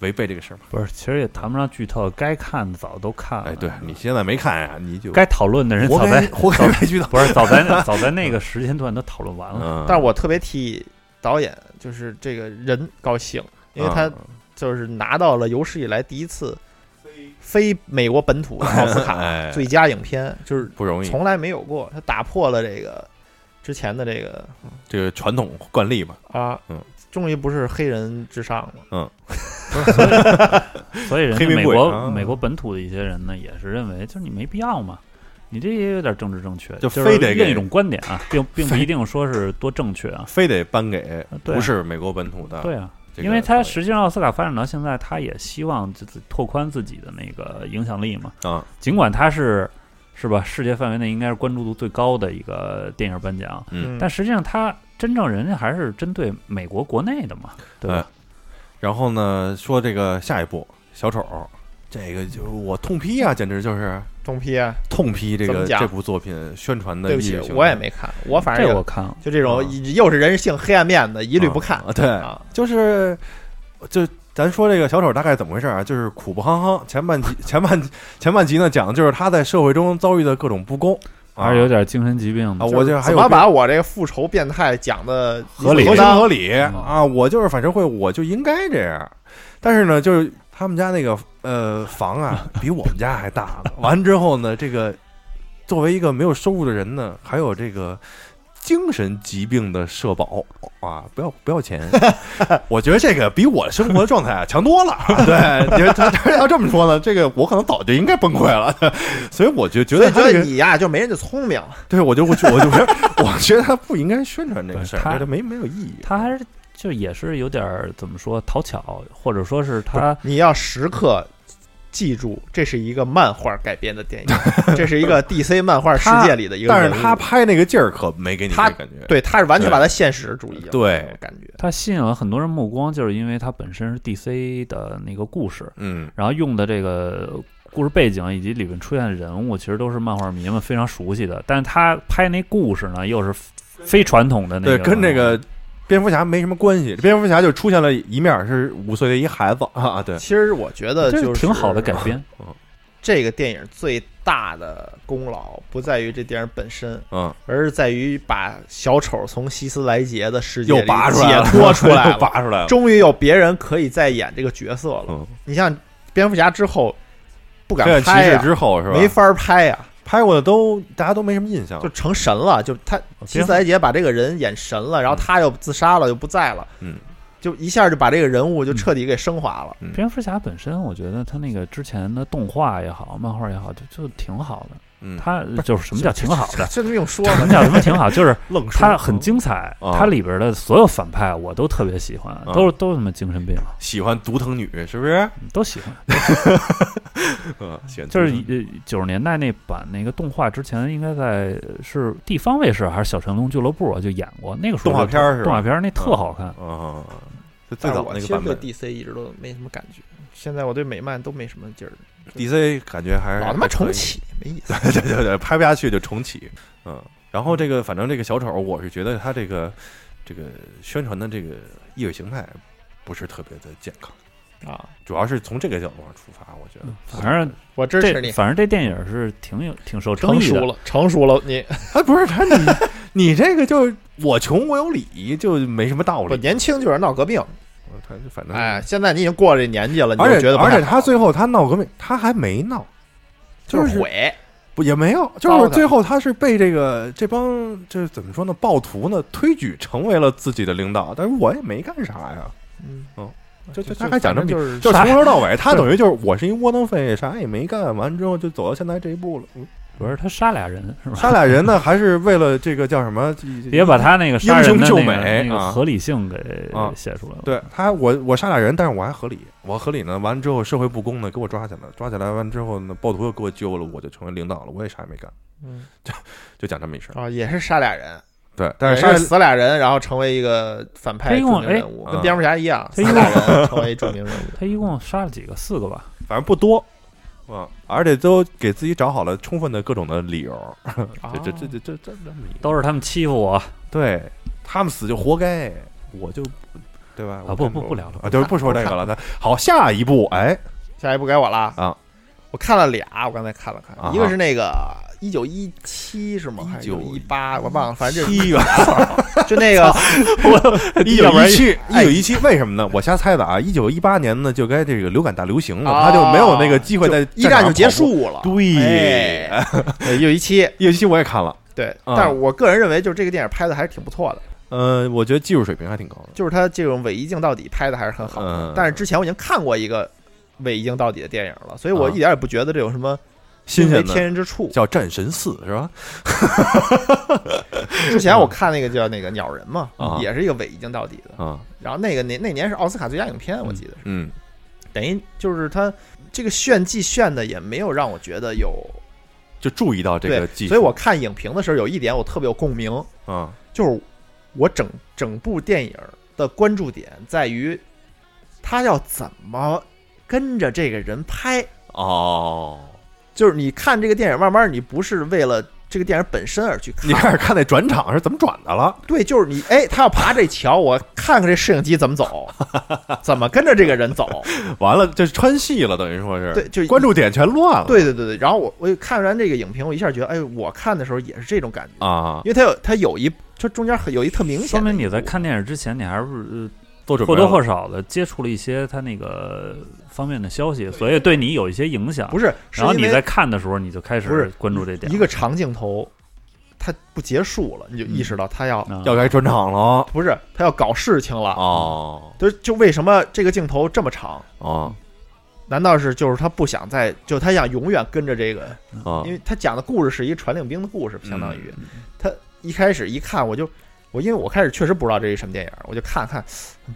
违背这个事儿嘛。不是，其实也谈不上剧透，该看的早都啊看了。哎，对你现在没看呀，你就该讨论的人活早该在活该没剧透。不是早在那早在那个时间段都讨论完 [laughs] 了。嗯，但是我特别替导演就是这个人高兴，因为他嗯就是拿到了有史以来第一次非美国本土的奥斯哎卡最佳影片，就是不容易，从来没有过，他打破了这个之前的这个这个传统惯例吧。啊，嗯终于不是黑人至上了。 [laughs] 所以人家黑名美贵国、啊美国本土的一些人呢，也是认为就是你没必要嘛，你这也有点政治正确，就就非得是给另一种观点 [laughs] 啊，并并不一定说是多正确啊。非得颁给啊对啊不是美国本土的，对啊，这个因为他导演实际上奥斯卡发展到现在，他也希望自己拓宽自己的那个影响力嘛。啊，尽管他是是吧，世界范围内应该是关注度最高的一个电影颁奖，嗯但实际上他真正人家还是针对美国国内的嘛，对哎吧？然后呢，说这个下一步小丑，这个就我痛批啊，简直就是东批啊，痛批这怎个么讲这部作品宣传的啊意对不识起形态。，我也没看，我反正这也我看了，就这种啊又是人性黑暗面的，一律不看啊，对，啊。就是就咱说这个小丑大概怎么回事啊？就是苦不憨憨，前半集前半前半集呢讲的就是他在社会中遭遇的各种不公，啊还是有点精神疾病的啊，。我就还怎有么把我这个复仇变态讲的合理合情当？合理嗯啊，我就是反社会，我就应该这样。但是呢，就是他们家那个呃房啊，比我们家还大呢。完之后呢，这个作为一个没有收入的人呢，还有这个精神疾病的社保啊，不要不要钱。 [laughs] 我觉得这个比我生活状态啊强多了。啊对，因为他他要这么说呢，这个我可能早就应该崩溃了。所以我就觉所得以他觉这得个，你呀就没人家聪明，对我就我就我就觉得，我觉得他不应该宣传这个对事儿，他这个没没有意义。他还是就也是有点儿怎么说讨巧，或者说是他你要时刻记住，这是一个漫画改编的电影， [laughs] 这是一个 DC 漫画世界里的一个但人物。是他拍那个劲儿可没给你这他感觉。对，他是完全把它现实主义了，对我感觉他吸引了很多人目光，就是因为他本身是 DC 的那个故事，嗯，然后用的这个故事背景以及里面出现的人物，其实都是漫画迷们非常熟悉的。但是他拍那故事呢，又是非传统的那对，个，跟这个蝙蝠侠没什么关系。蝙蝠侠就出现了一面是五岁的一孩子啊，对，其实我觉得这就是挺好的改编。这个电影最大的功劳不在于这电影本身，嗯，而是在于把小丑从希斯莱杰的世界又里拔出来解了，脱出 [laughs] 来又了，拔出来了。终于有别人可以再演这个角色了。嗯，你像蝙蝠侠之后不敢黑暗骑拍士呀、之后是吧？没法拍啊呀、拍过的都大家都没什么印象就。成神了，就他希斯莱杰啊哦把这嗯个人演神了，然后他又自杀了，又不在了，嗯，就一下就把这个人物就彻底给升华了。蝙蝠侠本身，我觉得他那个之前的动画也好，漫画也好，就就挺好的。嗯，他就是什么叫挺好的？这这用说什了么，叫什么挺好？就是嗯愣说它很精彩，嗯它里边的所有反派我都特别喜欢，嗯都是都是什么精神病，喜欢独藤女是不是？都喜欢。嗯，喜欢独藤就是呃女九十年代那版那个动画，之前应该在是地方卫视还是小神龙俱乐部啊就演过，那个时候动画片儿是吧动画片儿那特好看。嗯，就最但是早我那其个实版对本 DC 一直都没什么感觉，现在我对美漫都没什么劲儿， ，DC 感觉还是老他还妈可以重启没意思。 [laughs] 对对对，拍不下去就重启。嗯，然后这个反正这个小丑，我是觉得他这个这个宣传的这个意识形态不是特别的健康， [laughs] 啊，主要是从这个角度上出发，我觉得。嗯反正我支持这你，反正这电影是挺有挺受争成议熟的。了，成熟了，你啊，不是他你你这个就我穷我有理，就没什么道我理。年轻就是闹革命，他反正哎，，现在你已经过了这年纪了，你而就觉且得不而且太好他最后他闹革命，他还没闹，就就是是毁，不也没有，糟就是蹋最后他是被这个这帮这怎么说呢，暴徒呢推举成为了自己的领导，但是我也没干啥呀，嗯哦，就就他还讲这么反正就 [laughs] 是就啥从头到尾，他等于就是我是一窝囊废，啥也没干，完之后就走到现在这一步了。嗯不是他杀俩人是吧？他俩人呢，还是为了这个叫什么？别把他那个杀人的英雄救那美个那个啊合理性给啊写出来了。对他，我我杀俩人，但是我还合理，我合理呢。完之后社会不公呢，给我抓起来了，抓起来完之后呢，暴徒又给我揪了，我就成为领导了，我也啥也没干，嗯就讲这么一事儿。啊，也是杀俩人，对，但是也杀是死俩人，然后成为一个反派他一著共名人物，哎跟蝙蝠侠一样，死他一共俩人成为著名人物。他一共杀了几个？四个吧。反正不多。啊，而且都给自己找好了充分的各种的理由，哦这这这这这这这么一都是他们欺负我，对他们死就活该，我就对吧？我不看不过不聊了啊，就是不说这个了。那好，下一步，哎，下一步该我了啊！我看了俩，我刚才看了看，啊哈一个是那个一九一七是吗？还是一八？哎我忘了，反正就是七月 [laughs] 就那个 [laughs] 一要九不然一七，一哎九一七，为什么呢？我瞎猜的啊！一九一八年呢，就该这个流感大流行了，啊他就没有那个机会在一战就结了。束了。对，一九一七，一九一七我也看了，对。啊但是我个人认为，就是这个电影拍的还是挺不错的，呃，我觉得技术水平还挺高的。就是它这种伪一镜到底拍的还是很好的。嗯，但是之前我已经看过一个伪一镜到底的电影了，所以我啊一点也不觉得这有什么新为鲜天的人之处。叫战神四是吧？之前我看那个叫那个鸟人嘛，啊也是一个伪一镜到底的。啊，然后那个那那年是奥斯卡最佳影片，我记得是，嗯等于就是他这个炫技炫的也没有让我觉得有就注意到这个技对，术，所以我看影评的时候有一点我特别有共鸣，啊，就是我整整部电影的关注点在于他要怎么跟着这个人拍，哦，就是你看这个电影，慢慢你不是为了。这个电影本身而去看你，开始看那转场是怎么转的了？对，就是你，哎，他要爬这桥，我看看这摄影机怎么 [laughs] 走，怎么跟着这个人走，啊完了，这穿戏了，等于说是对，就关注点全乱了。对对对对，然后我我看完这个影评，我一下觉得，哎，我看的时候也是这种感觉，啊，因为它有它有一，就中间很有一特明显的一说步，明你在看电影之前，你还是呃做准备或多或少少的接触了一些他那个方面的消息，所以对你有一些影响。不是，是然后因你为在看的时候，你就开不是始关注这点。一个长镜头，它不结束了，你就意识到它要啊要该转场了不是它要搞事情了。哦就就为什么这个镜头这么长？哦难道是就是他不想再，就他想永远跟着这个哦因为他讲的故事是一传令兵的故事，嗯相当于、他一开始一看我就我因为我开始确实不知道这是什么电影，我就看看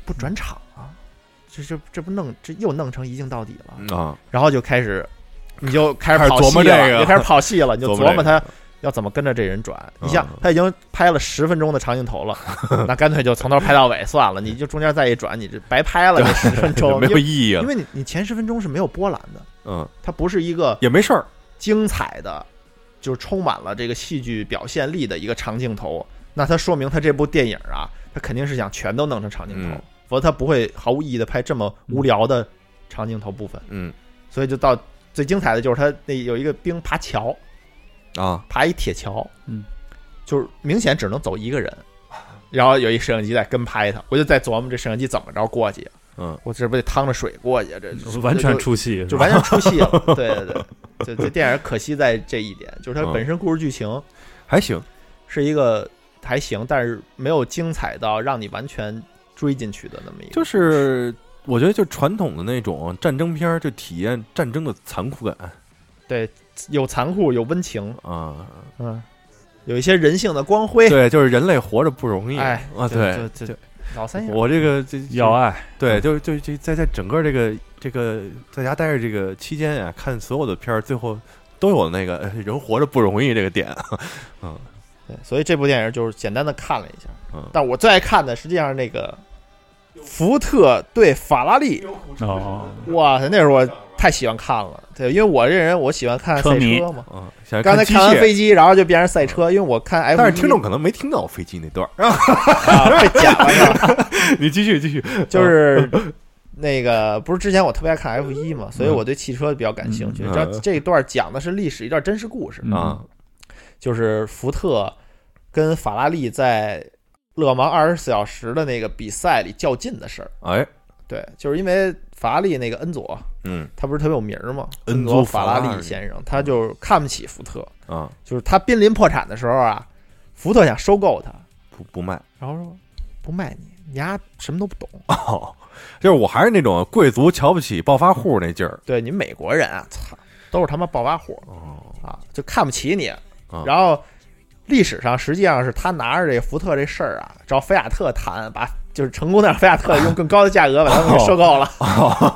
不转场啊，这这这不弄这又弄成一镜到底了，啊然后就开始你就开始开始跑戏琢磨了这个你就开始跑戏了，你就 [laughs] 琢磨琢这磨他要怎么跟着这人转。你想嗯他已经拍了十分钟的长镜 [laughs] 头了，那干脆就从头拍到尾算了，你就中间再一转，你这白拍了这十分这钟， [laughs] 没因有为意义啊因了，为你你前十分钟是没有波澜的，嗯，它不是一个。也没事儿，精彩的，就是充满了这个戏剧表现力的一个长镜头，那它说明他这部电影啊，他肯定是想全都弄成长镜头，嗯否则他不会毫无意义的拍这么无聊的长镜头部分。嗯所以就到最精彩的就是他那有一个兵爬桥，啊爬一铁桥，嗯，就是明显只能走一个人。然后有一摄像机在跟拍他，我就在琢磨这摄像机怎么着过去。嗯，我这不得趟着水过去？这嗯完全出。出戏，就是吧完全出戏了。对对对，就这电影可惜在这一点，就是嗯它本身故事剧情还行，是一个还行，但是没有精彩到让你完全追进去的那么一个。就是我觉得就传统的那种战争片儿，就体验战争的残酷感对，有残酷，有温情，啊，嗯，有一些人性的光辉。对，就是人类活着不容易哎啊，对，这对这老三样。我这个这要爱，对，就是就就在在整个这个这个在家待着这个期间啊，看所有的片儿，最后都有那个 [laughs] 哎人活着不容易这个点，啊对，所以这部电影就是简单的看了一下嗯，但我最爱看的实际上是那个福特对法拉利，哦，哇塞，那时候我太喜欢看了，对，因为我这人我喜欢看车赛迷车嘛，啊，想刚才机看完械，飞机，然后就变成赛车，因为我看 F，但是听众可能没听到我飞机那段儿， [laughs] 啊被剪了是 [laughs] 吧？你继续继续，就是那个不是之前我特别爱看 F 一嘛，所以我对汽车比较感兴趣。嗯这这一段讲的是历史一段真实故事，嗯啊，就是福特跟法拉利在勒芒二十四小时的那个比赛里较劲的事儿。哎，对，就是因为法拉利那个恩佐，嗯他不是特别有名儿嘛，恩佐佐法法拉拉利利先生，他就看不起福特，啊，就是他濒临破产的时候啊，福特想收购他，不不卖。然后说不卖你，你丫什么都不懂。哦，就是我还是那种贵族瞧不起暴发户那劲 [laughs] 儿。 [laughs] 对你美国人啊，操，都是他妈暴发户哦，啊，就看不起你。然后历史上实际上是他拿着这个福特这事儿啊，找菲亚特谈，把就是成功的让菲亚特用更高的价格把他们给收购了。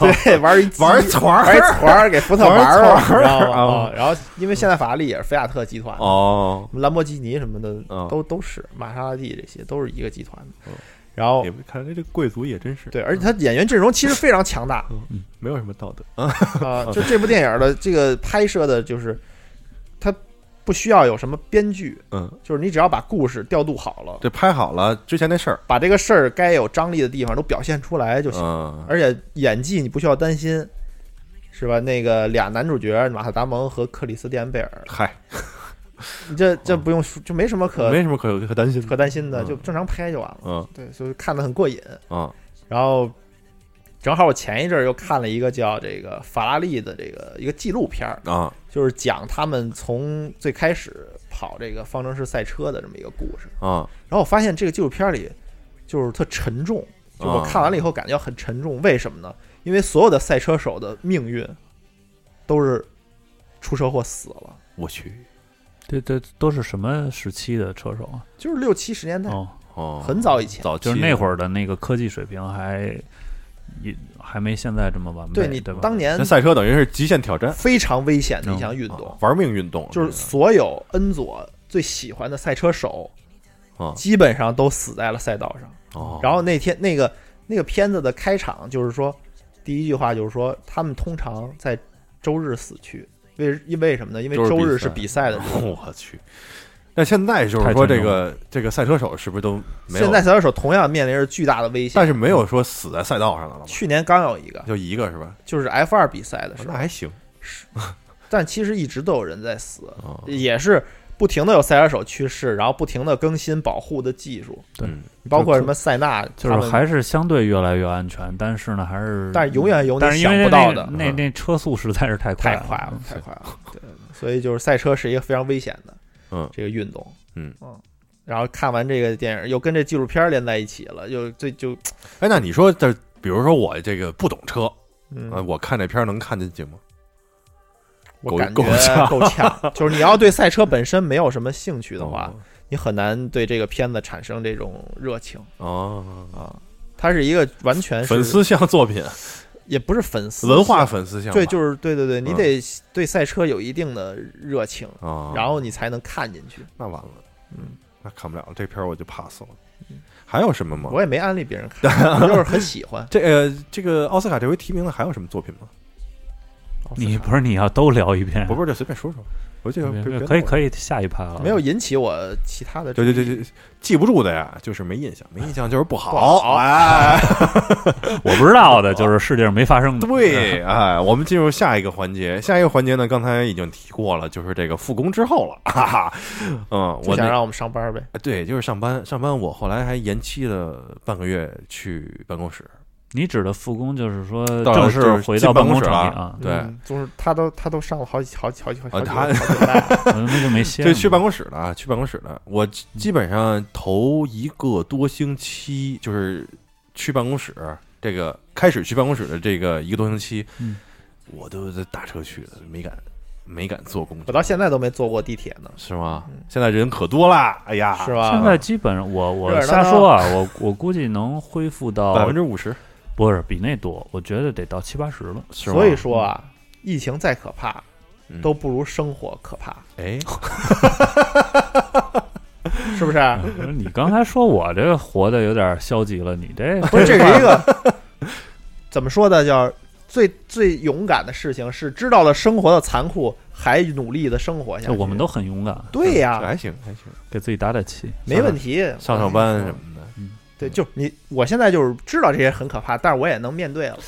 对，玩一哦 [laughs] 玩鸡团玩一儿团儿给福特玩玩了，一你知道吗？ [laughs] 哦啊然后因为现在法拉利也是菲亚特集团的哦，兰博基尼什么的嗯都都是，玛莎拉蒂这些都是一个集团的。然哦后也不看来这贵族也真是对，而且他演员阵容其实非常强大，没有什么道德。 [laughs] 啊，就这部电影的这个拍摄的，就是它不需要有什么编剧，嗯，就是你只要把故事调度好了，这拍好了之前那事儿，把这个事儿该有张力的地方都表现出来就行。嗯而且演技你不需要担心，是吧？那个俩男主角马特·达蒙和克里斯蒂安·贝尔，嗨，你这这不用说，就没什么可嗯没什么可可担心可的。担心的，嗯就正常拍就完了。嗯对，所以看得很过瘾。嗯然后正好我前一阵儿又看了一个叫这个法拉利的这个一个纪录片儿。啊就是讲他们从最开始跑这个方程式赛车的这么一个故事。啊然后我发现这个纪录片里就是特沉重，就我啊看完了以后感觉很沉重。为什么呢？因为所有的赛车手的命运都是出车祸死了，我去，这这都是什么时期的车手啊？就是六七十年代哦，哦，很早以前。早期就是那会儿，儿的那个科技水平还也还没现在这么完美，对对你吧当年那赛车等于是极限挑战，非常危险的一项运啊动，玩命运动，就是所有恩佐最喜欢的赛车手啊基本上都死在了赛道上。哦，然后那天那个那个片子的开场就是说，第一句话就是说，他们通常在周日死去，为因为什么呢？因为周日周比日是赛哦比赛的日子。我去。那现在就是说，这个这个赛车手是不是都 [laughs] 没有？现在赛车手同样面临着巨大的危但险。是没有说死在赛道上的了吧？去年刚有一个，就一个是吧？就是 F 二比赛的时那候，还行但其实一直都有人在死，啊。也是不停的有赛车手去世，然后不停的更新保护的技术，对嗯包括什么塞纳，就是他们还是相对越来越安全，但是呢，还是但是永远有但你是因想为不到的，嗯那那那车速实在是太快太了， [laughs] 快了，太快了。对，所以就是赛车是一个非常危险的，嗯这个运动。嗯然后看完这个电影，又跟这纪录片连在一起了，又最就哎，那你说这，比如说我这个不懂车嗯，啊，我看这片儿能看进去吗？我够感觉够呛 [laughs] 够呛。 [laughs] 就是你要对赛车本身没有什么兴趣的哦话，你很难对这个片子产生这种热情哦，啊。它是一个完全是粉，丝向作品，也不是粉丝文化粉丝向吧，对，就是对对对，你嗯得对赛车有一定的热情，啊，然后你才能看进去。那完了，嗯，那看不了了，这片儿我就 pass 了嗯。还有什么吗？我也没安利别 [laughs] 人看，我就是很喜欢。这呃，这个奥斯卡这回提名的还有什么作品吗？你不是你要都聊一遍不，是，就随便说说。我这个别别别别可以弄了可以下一啊趴了，没有引起我其他的对对注对意，对，记不住的呀，就是没印象，没印象就是不好。不好哎，我不知道的，就是世界上没发 [laughs] 生的。对，哎，我们进入下一个环节，下一个环节呢，刚才已经提过了，就是这个复工之后了，哈哈。嗯，不我想那让我们上班呗。对，就是上班，上班我后来还延期了半个月去办公室，你指的复工就是说到正式回到办就是进办公公场里室啊，对嗯，就是他都他都上了好几好几好几好几啊好几他好几代了。嗯那 [laughs] 就没歇了就嘛。去办公室了，去办公室了。我基本上头一个多星期，就是去办公室，这个开始去办公室的这个一个多星期，嗯我都是打车去的，没敢没敢坐公我交，到现在都没坐过地铁呢，是吗嗯？现在人可多啦，哎呀，是吧？现在基本上我热我热闹瞎闹说啊，我我估计能恢复到百分之五十，不是比那多，我觉得得到七八十了。 [laughs] 是吗所以说啊，疫情再可怕嗯，都不如生活可怕，哎，是不 [laughs] 是？不是你刚才说我这个活的有点消极了，你这不是，这是一个嗯 [laughs] 怎么说呢？叫最最勇敢的事情是知道了生活的残酷，还努力的生活下去。我们都很勇敢，对呀、这还行还行，给自己打打气。没问题。嗯哎上上班什么的，对，就你，我现在就是知道这些很可怕，但是我也能面对了。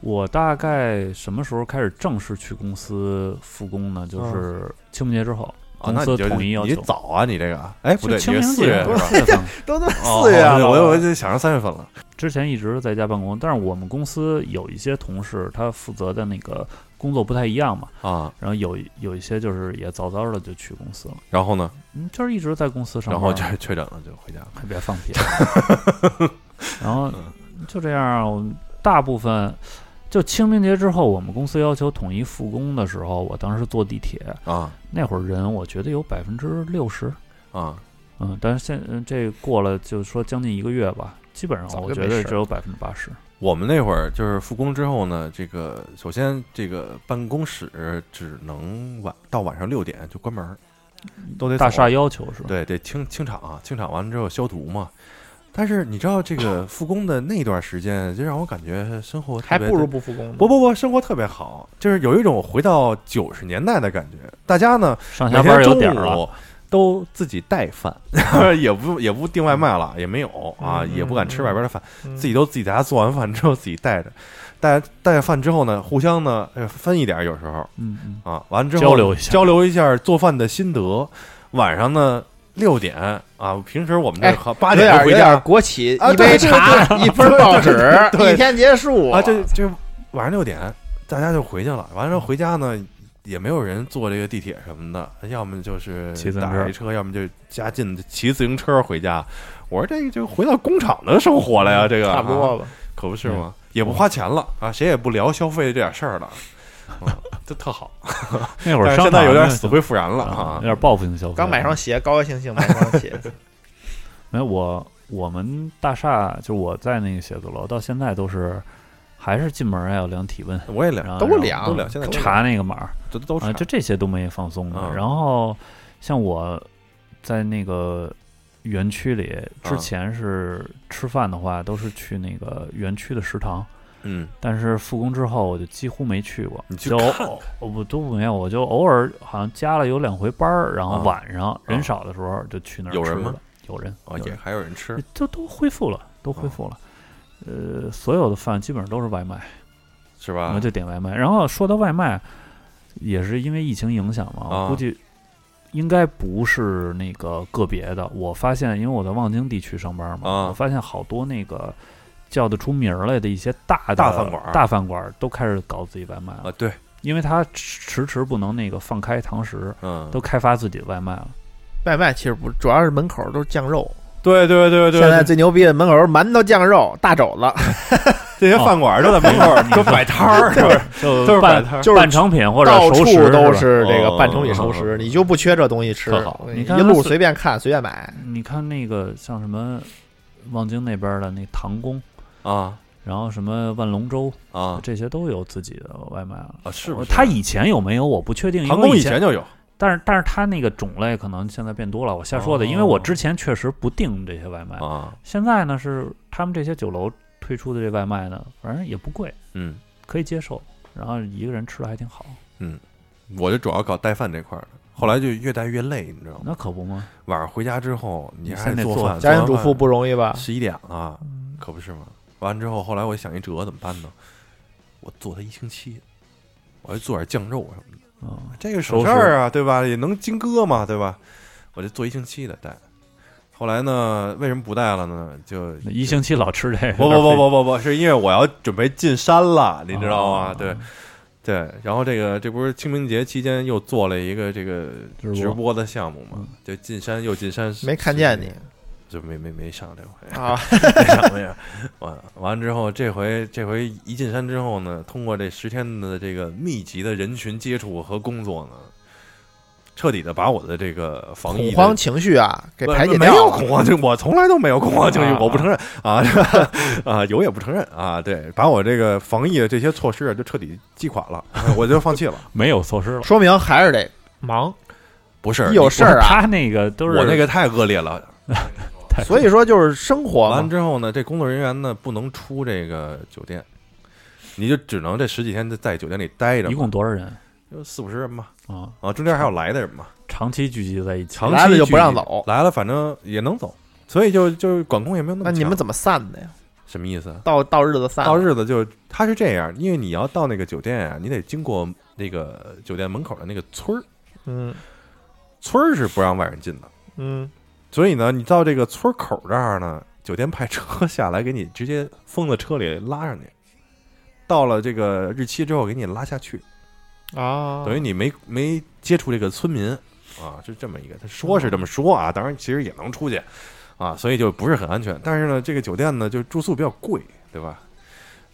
我大概什么时候开始正式去公司复工呢？就是清明节之后，啊，公那司你就统一要你求早啊，你这个，哎，不对，就你清是明四节月是吧？四月份。都他妈哦四月啊了，我我就想着三月份了， [laughs] 之前一直在家办公，但是我们公司有一些同事，他负责的那个工作不太一样嘛，啊，然后有有一些就是也早早的就去公司了，然后呢，嗯，就是一直在公司上然班，后就确诊了，就回家了。还别放 [laughs] 屁，然后嗯就这样啊，我们大部分就清明节之后，我们公司要求统一复工的时候，我当时坐地铁，啊那会儿人我觉得有百分之六十，啊，嗯，但是现嗯这过了就是说将近一个月吧，基本早上就我觉没得事只有百分之八十，我们那会儿就是复工之后呢，这个首先这个办公室只能晚到晚上六点就关门儿，都得大走厦要求是吧？对得清清场啊，清场完了之后消毒嘛。但是你知道这个复工的那段时间，就让我感觉生活特还别不的如不复工呢。不不不，生活特别好，就是有一种回到九十年代的感觉。大家呢上每下班天有中点儿了，午都自己带饭， [laughs] 也不也不订外卖了，也没有啊，嗯也不敢吃外边的饭。嗯自己都自己在家做完饭之后自己带着，带带着饭之后呢，互相呢哎分一点儿，有时候嗯嗯，啊，完之后交流一下交流一下做饭的心得。晚上呢六点啊，平时我们这哎好八有点点就回有家点国企，啊一杯对对茶，一份报纸，对一天结束啊，这这晚上六点大家就回去了，完嗯了之后回家呢。也没有人坐这个地铁什么的，要么就是骑自行打车一车，要么就家近的骑自行车回家。我说这个就回到工厂的生活了呀，这个差不啊多吧。可不是吗？嗯也不花钱了啊，谁也不聊消费这点事儿了，嗯，这特 [laughs] 好。 [laughs] 那会但儿是上现在有点班死灰复燃了啊有啊点报复性消费。刚买双鞋，高高兴兴买双鞋。没有我我们大厦就我在那个写字楼到现在都是还是进门儿要量体温，我也然凉，都后然后量都凉，现在都凉查那个码儿这都啊，查就这些都没放松的。嗯然后像我在那个园区里之前是吃饭的话，都是去那个园区的食堂。嗯，但是复工之后，我就几乎没去过。你去就看看偶 [laughs] 我不都没有，我就偶尔好像加了有两回班儿，然后啊晚上人少的时候就去那儿有人吃吗了？有人，哦，有也嗯人还有人吃，就都恢复了，都恢复了。呃，所有的饭基本上都是外卖，是我、吧？就点外卖。然后说到外卖，也是因为疫情影响嘛，啊我估计应该不是那个个别的。我发现，因为我在望京地区上班嘛，啊我发现好多那个叫得出名儿来的一些大的大饭馆儿大饭馆儿都开始搞自己外卖了，啊，对，因为他迟迟迟不能那个放开堂食，嗯，都开发自己的外卖了。外卖其实不，主要是门口都是酱肉。对对对对，现在最牛逼的门口是馒头酱肉大肘子，这些哦饭馆都 [laughs] 在门口 [laughs] 都摆摊儿，是吧？就都是摆半摊儿，就是半成品或者到熟食处都是是吧。这个哦半成品熟哦哦食，你就不缺这东西吃特好。你看一路它是随便看，随便买。你看那个像什么望京那边的那唐宫，啊然后什么万龙洲，啊这些都有自己的外卖了。啊！是不我是？他以前有没有我不确定，因唐为宫以前，前就有，但是但是他那个种类可能现在变多了，我瞎说的，哦因为我之前确实不订这些外卖，啊，现在呢是他们这些酒楼推出的这外卖呢，反正也不贵，嗯，可以接受，然后一个人吃的还挺好，我就主要搞带饭这块儿的，后来就越带越累，你知道吗？那可不嘛，晚上回家之后，你还先得做做饭，家庭主妇不容易吧？十一点了，啊可不是吗？完之后，后来我想一辙怎么办呢？我做它一星期，我就做点酱肉什么的，嗯，这个省事儿啊，对吧？也能经割嘛，对吧？我就做一星期的带。后来呢，为什么不带了呢？就那一星期老吃这个， [laughs] 不不不不不 [laughs] 不，是因为我要准备进山了，你知道吗？哦对对，然后这个这不是清明节期间又做了一个这个直播直播的项目嘛嗯，就进山又进山，没看见你，就没没没上这回。 [laughs] 啊！没啥没啥。完完之后，这回这回一进山之后呢，通过这十天的这个密集的人群接触和工作呢，彻底的把我的这个防疫恐的慌情绪啊，给不排解没掉有了。恐慌情，我从来都没有恐慌情绪，啊我不承认啊 [laughs] 啊，有也不承认啊，对，把我这个防疫的这些措施啊就彻底击垮了， [laughs] 我就放弃了。没有措施了，说明还是得忙，不是一有你事儿啊，他那个都是我那个太恶劣了。太所以说就是生活完嘛。之后呢，这工作人员呢不能出这个酒店，你就只能这十几天在酒店里待着嘛，一共多少人就四五十人吧，啊？啊，中间还有来的人嘛，长期聚集在一起长，期来了就不聚集让走来了反正也能走，所以就就管控也没有那么那你们强怎么散的呀？什么意思啊？到到日子散到日子就他是这样，因为你要到那个酒店啊，你得经过那个酒店门口的那个村儿，嗯村儿是不让外人进的，嗯，所以呢，你到这个村口这儿呢，酒店派车 [laughs] 下来给你直接封到车里拉上去，到了这个日期之后给你拉下去，哦啊，等于你没没接触这个村民啊，是这么一个。他说是这么说啊，当然其实也能出去啊，所以就不是很安全。但是呢，这个酒店呢，就住宿比较贵，对吧？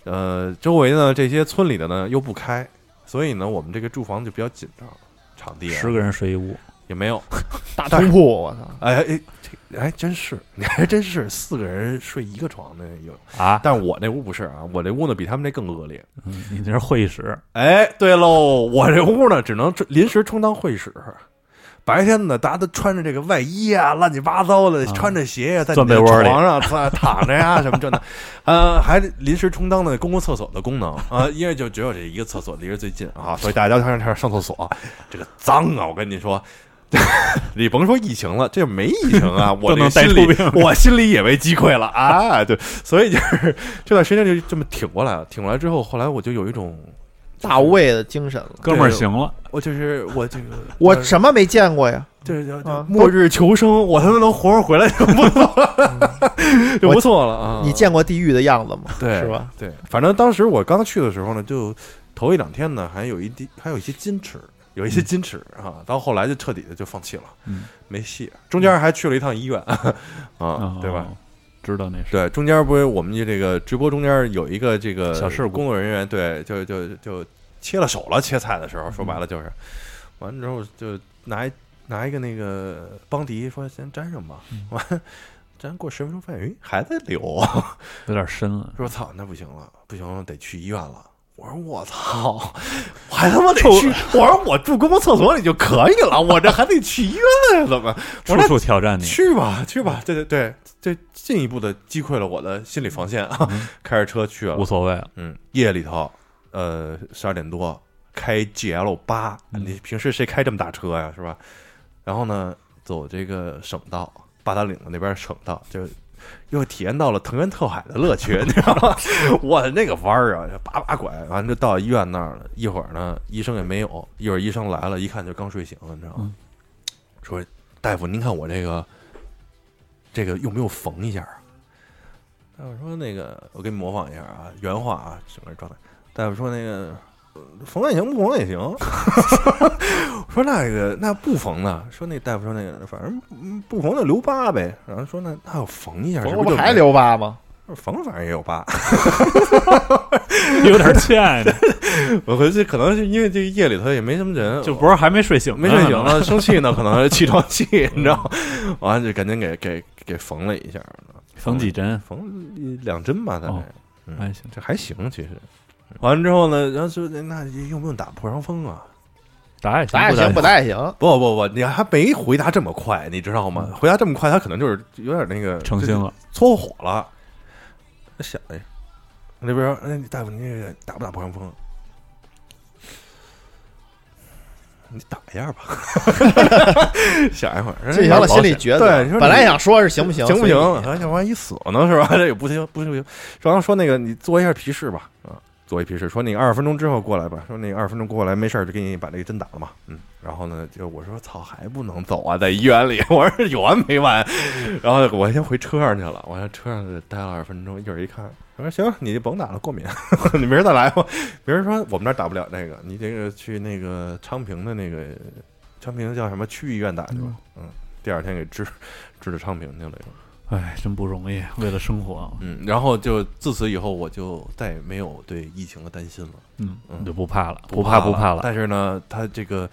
呃，周围呢这些村里的呢又不开，所以呢我们这个住房就比较紧张，场地、啊、十个人睡一屋，也没有。大通铺，我操！哎哎，这哎真是， [laughs] 你还真是四个人睡一个床呢有。啊，但是我那屋不是啊，我这屋呢比他们那更恶劣。嗯你这是会议室，哎，对喽，我这屋呢只能充临时充当会室。白天呢，大家都穿着这个外衣啊，乱七八糟的，啊穿着鞋呀、在钻你的被窝里床上躺躺着 [laughs] 呀、什么这那，呃，还临时充当的公共厕所的功能啊、因为就只有这一个厕所离着最近啊，所以大家都上这儿上厕所，这个脏啊，我跟你说。 [laughs] 你甭说疫情了，这没疫情啊， [laughs] 我这能个带心出里病 [laughs] 我心里也被击溃了啊！对，所以就是这段时间就这么挺过来了，挺过来之后，后来我就有一种大无畏的精神了，哥们儿行了，我就是我这个， [laughs] 我就是什么没见过呀？就是就是啊末日求生，我他妈能活着回来就不错 [laughs] 了，就不错了啊！嗯你见过地狱的样子吗？对是吧？对，反正当时我刚去的时候呢，就头一两天呢，还有一滴，还有一些矜持，有一嗯些矜持啊，到后来就彻底的就放弃了，嗯没戏。中间还去了一趟 [laughs] 医院啊哦，对吧？？知道那是对，中间不是我们这个直播中间有一个这个小事故工作人员对，就就就切了手了，切菜的时候，说白了就是，完了之后就拿一拿一个那个邦迪说先粘上吧，完、粘过十分钟发现，哎，还在流，有点深了，说操，那不行了，不行了，得去医院了。我说我操， [laughs] 我还他妈得臭去！我说我住公共厕所里就可以了，我这还得去医院怎么？我处说那处挑战你，去吧，去吧，对对对，这进一步的击溃了我的心理防线啊！嗯 [laughs] 开着车去无了，所谓了，嗯，夜里头，呃，十二点多开 GL 八，嗯你平时谁开这么大车呀，是吧？然后呢，走这个省道，八达岭的那边省道，就又体验到了藤原特海的乐趣，你知道吗？ [laughs] 我那个弯儿啊，叭叭拐，完了就到医院那儿了。一会儿呢，医生也没有，一会儿医生来了，一看就刚睡醒，你知道吗？嗯说大夫，您看我这个这个用不用缝一下啊？大夫说那个，我给你模仿一下啊，原话啊，整个状态。大夫说那个缝也行，不缝也行。 [laughs] 说那个那不缝呢？说那大夫说那个反正嗯不缝就留疤呗。然后说那那要缝一下，缝是了不不是就还留疤吗？缝反正也有疤。 [laughs] 有点欠，我回去可能是因为这个夜里头也没什么人，就不是啊还没睡醒呢，没睡醒呢，生气呢，可能是起床气，你知道吗？嗯 [laughs] 完了就赶紧给给给缝了一下，缝几针？缝两针吧，大概、哦哎，行，这还行，其实。完了之后呢，然后说那用不用打破伤风啊？打也行，打也行，不不打也打也行。不不不，你还没回答这么快，你知道吗？回答这么快，他可能就是有点那个成嗯心，了。搓火了。想一下，那边儿哎，大夫，你这个打不打破伤风？你打一下吧， [laughs] 想一会儿。这条小子心里觉得，对，你说本来你想说是行不行，行不随行？你啊要不然一死呢是吧？这也不行，不行不行。然后说那个你做一下皮试吧，啊，做一皮试，说那个二十分钟之后过来吧，说那个二十分钟过来没事儿就给你把那个针打了嘛，嗯。然后呢，就我说操，还不能走啊，在医院里， [laughs] 我说有完没完？然后我先回车上去了，我在车上待了二十分钟，一会儿一看，我说行，你甭打了，过敏， [laughs] 你明儿再来吧。明儿说我们这儿打不了那个，你这个去那个昌平的那个昌平叫什么区医院打去吧，嗯。第二天给支支到昌平去了。哎，真不容易，为了生活，嗯，然后就自此以后，我就再也没有对疫情的担心了，嗯，嗯你就不怕了，不怕不不怕了。但是呢，他这个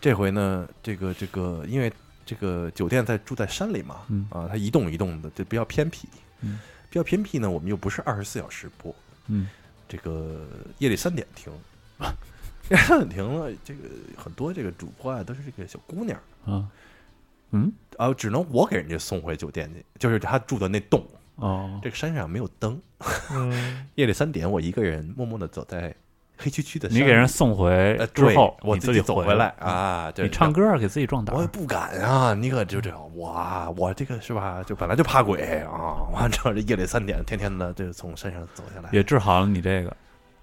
这回呢，这个这个，因为这个酒店在住在山里嘛，嗯啊，它一栋一栋的，就比较偏僻，嗯比较偏僻呢，我们又不是二十四小时播，嗯，这个夜里三点停，夜里三点停了，这个很多这个主播啊都是这个小姑娘啊，嗯，啊，只能我给人家送回酒店去，就是他住的那栋，哦，这个山上没有灯。 [laughs] 嗯，夜里三点，我一个人默默的走在黑黢黢的山你里，给人送回呃之对后，我你自己走回嗯来，啊，对你唱，歌给自己壮胆然后我也。不敢啊，你可就这样，哇，我这个是吧，就本来就怕鬼啊，完之后这夜里三点，天天的就从山上走下来，也治好了你这个，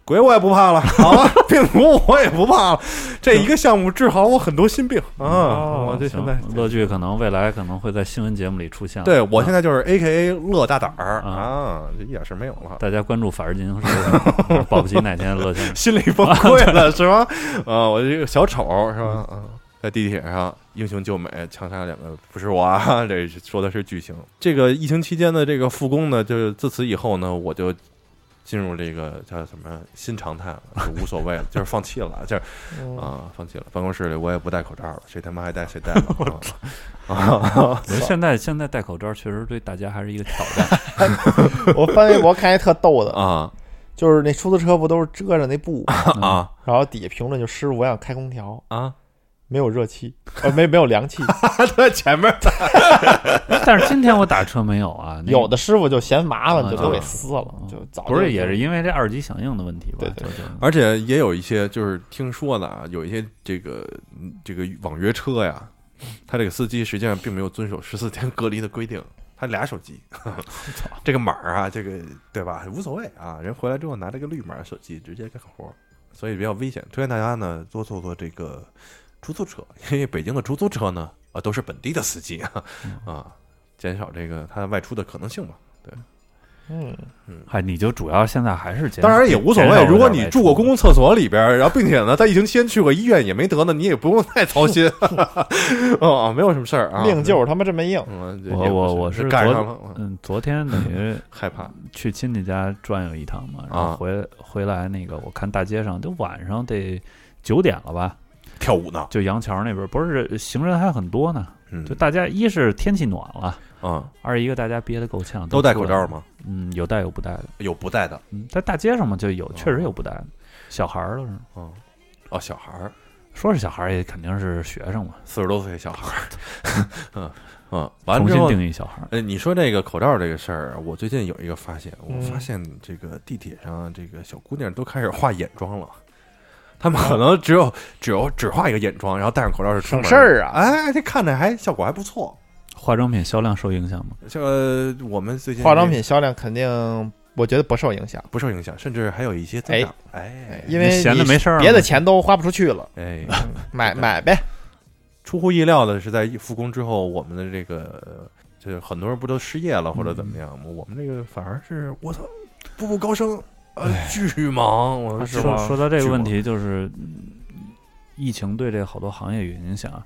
鬼我也不怕了，好吧，病毒我也不怕了，这一个项目治好我很多心病啊，我这现嗯哦行在。乐剧可能未来可能会在新闻节目里出现。对，我啊现在就是 A K A 乐大胆儿啊啊，这一点事儿没有了。大家关注法制进行时， [laughs] 保不齐哪天乐先生心里崩溃了，是 [laughs] 吧？啊，我这个小丑是吧？啊，在地铁上英雄救美，枪杀两个不是我啊， [laughs] 这是说的是剧情。这个疫情期间的这个复工呢，就是自此以后呢，我就进入这个叫什么新常态了，就无所谓 [laughs] 了，就是放弃了，就是啊，放弃了。办公室里我也不戴口罩了，谁他妈还戴谁戴吧。啊啊，我觉得现在现在戴口罩确实对大家还是一个挑战。我翻微博看一特逗的，啊就是那出租车不都是遮着那布， [laughs] 啊然后底下评论就师傅我想开空调， [laughs] 啊！没有热气，呃没没有凉气，他在前面但是今天我打车没有啊，那个有的师傅就嫌麻烦就都给啊撕了，就早就不是也是因为这耳机响应的问题吧？对对就是而且也有一些就是听说的啊，有一些这个嗯这个网约车呀，他这个司机实际上并没有遵守十四天隔离的规定，他俩手机， [laughs] 这个码儿啊，这个对吧？无所谓啊，人回来之后拿这个绿码手机直接干活，所以比较危险。推荐大家呢多坐坐这个出租车，因为北京的出租车呢啊都是本地的司机啊啊，减少这个他外出的可能性吧。嗯，嗨，你就主要现在还是减当然也无所减少谓，了如果点你外住过出公共厕所里边儿，然后并且呢，在疫情期间去过医院也没得呢，你也不用太操 [laughs] 心，哦，没有什么事儿啊。命就是他妈这么硬，嗯，这我我我是是赶昨上了，我嗯，昨天等于害怕去亲戚家转悠一趟嘛，然后啊回回来那个，我看大街上都晚上得九点了吧，跳舞呢，就杨桥那边不是行人还很多呢，嗯就大家一是天气暖了，啊，二一个大家憋得够呛，都戴口出来罩了？吗？嗯，有戴有不戴的，有不戴的嗯，哦在大街上嘛就有，确实有不戴的，小孩儿都是，啊，哦，小孩儿，说是小孩儿也肯定是学生嘛，四十多岁小孩 [laughs] 儿，嗯嗯，完重之新后。定义小孩儿，呃，你说这个口罩这个事儿，我最近有一个发现，我嗯发现这个地铁上啊这个小姑娘都开始化眼妆了，她们可能只有只有只化一个眼妆，然后戴上口罩就出省门事儿啊。哎，这看着还效果还不错。化妆品销量受影响吗？这呃，我们最近化妆品销量肯定，我觉得不受影响，不受影响，甚至还有一些增长。哎因为你闲着你没事儿别嘛的钱都花不出去了，哎，买买呗。出乎意料的是，在复工之后，我们的这个嗯就是很多人不都失业了或者怎么样吗？我们这个反而是我操，步步高升，呃哎巨忙，我说说说到这个问，题，就是嗯疫情对这好多行业有影响，啊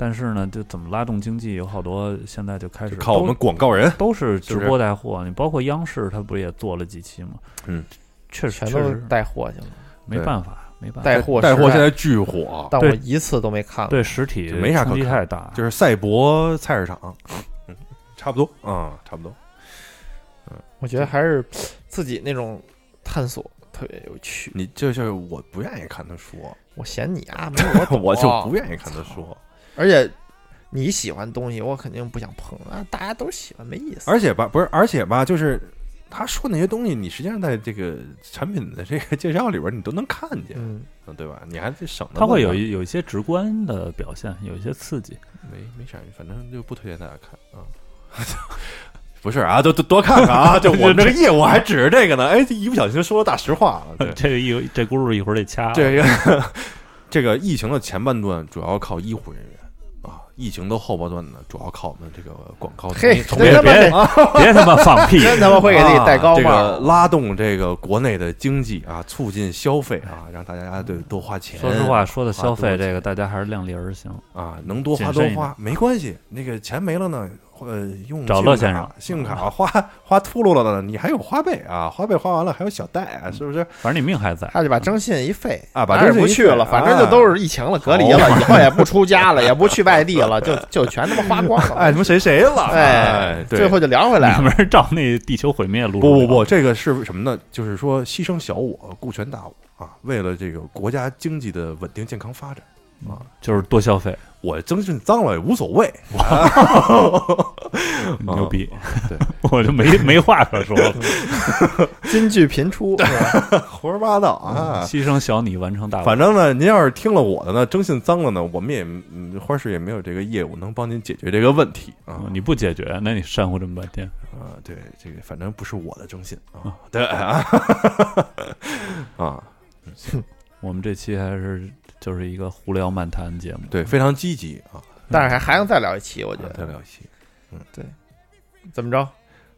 但是呢，就怎么拉动经济，有好多现在就开巨始忙靠我们广告人，都都是是直不是播带货，啊你包括央视，它不是也做了几期吗？嗯，确实全确都实带货去了，没对办法，没办法，带货带货时代现在巨火，但对我一次都没看过。对实体就没啥可冲击看太大，啊就是赛博菜市场，嗯差不多啊，差不多。我觉得还是自己那种探索特别有趣。你就是我不愿意看他说，哦我嫌你啊，没有我 [laughs] 懂我就不愿意看他说。而且你喜欢东西，我肯定不想碰啊。大家都喜欢没意思。而且吧，不是，而且吧，就是他说那些东西，你实际上在这个产品的这个介绍里边，你都能看见，嗯，嗯对吧？你还得省着它会有问一有一些直观的表现，有一些刺 [laughs] 激。没没啥，反正就不推荐大家看啊。 [laughs] 不是啊，就多多看看 [laughs] 啊！就我们这个业务还指着这个呢，哎，这一不小心说大实话了。对这个一这轱辘一会儿得掐，这个 [laughs] 这个疫情的前半段主要靠医护人员啊，疫情的后半段呢，主要靠我们这个广告从 [laughs] 嘿业从这业别他妈别别他妈放屁，真他妈会给自己戴高啊这帽个。拉动这个国内的经济啊，促进消费啊，让大家对多花钱。说实话，说的花消多费少这钱个，大家还是量力而行。啊，能多花谨慎多一花没关系，那个钱没了呢，呃，用找信乐用先卡生信用卡花花秃噜了呢，你还有花呗啊，花呗花完了还有小贷啊，是不是？反正你命还在，他就把征信一废啊把哪儿也征信不一去废了，反正就啊都是疫情了，隔离了，以后也不出家了，也不去外地了，就就全他妈花光 [laughs] 了。爱他妈谁谁了？哎，哎对，嗯最后就聊回来你了。们是照那地球毁灭路？不不不，，这个是什么呢？就是说牺牲小我，顾全大我啊，为了这个国家经济的稳定健康发展。就是多 [laughs] 消费，我征信脏了也无所谓，牛逼！哦对， [laughs] 我就没没话可说了，金句 [laughs] 频出，是吧胡说八道 [laughs] 啊！牺牲小你完成大我。反正呢，您要是听了我的呢，征信脏了呢，我们也嗯花市也没有这个业务能帮您解决这个问题啊。嗯你不解决，那你煽乎这么半天，啊，对，这个反正不是我的征信啊，对 [laughs] 啊，啊，我们这期还是就是一个胡聊漫谈节目。对，非常积极啊，但是还还能再聊一期，我觉啊得太了不起。怎么着？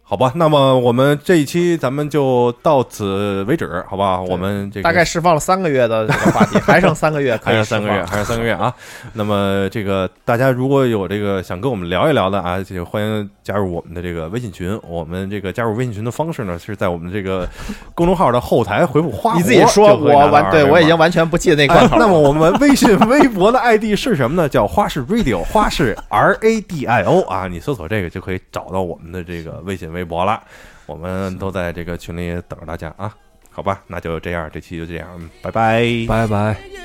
好吧，那么我们这一期咱们就到此为止，好吧？我们这个大概释放了三个月的这个话题，还剩三个月可还以有释三放个月，还有三个月啊！ [laughs] 那么这个大家如果有这个想跟我们聊一聊的啊，就欢迎加入我们的这个微信群。我们这个加入微信群的方式呢，是在我们这个公众号的后台回复“花”，你自己说，就可以拿我到完，对二维码我已经完全不记得那关哎头了。 [laughs] 那么我们微信、微博的 ID 是什么呢？叫花式 Radio，花式 R A D I O 啊，你搜索这个就可以找到我们的这个微信、微博了。我们都在这个群里等着大家啊，好吧，那就这样，这期就这样，嗯，拜拜。拜拜。 you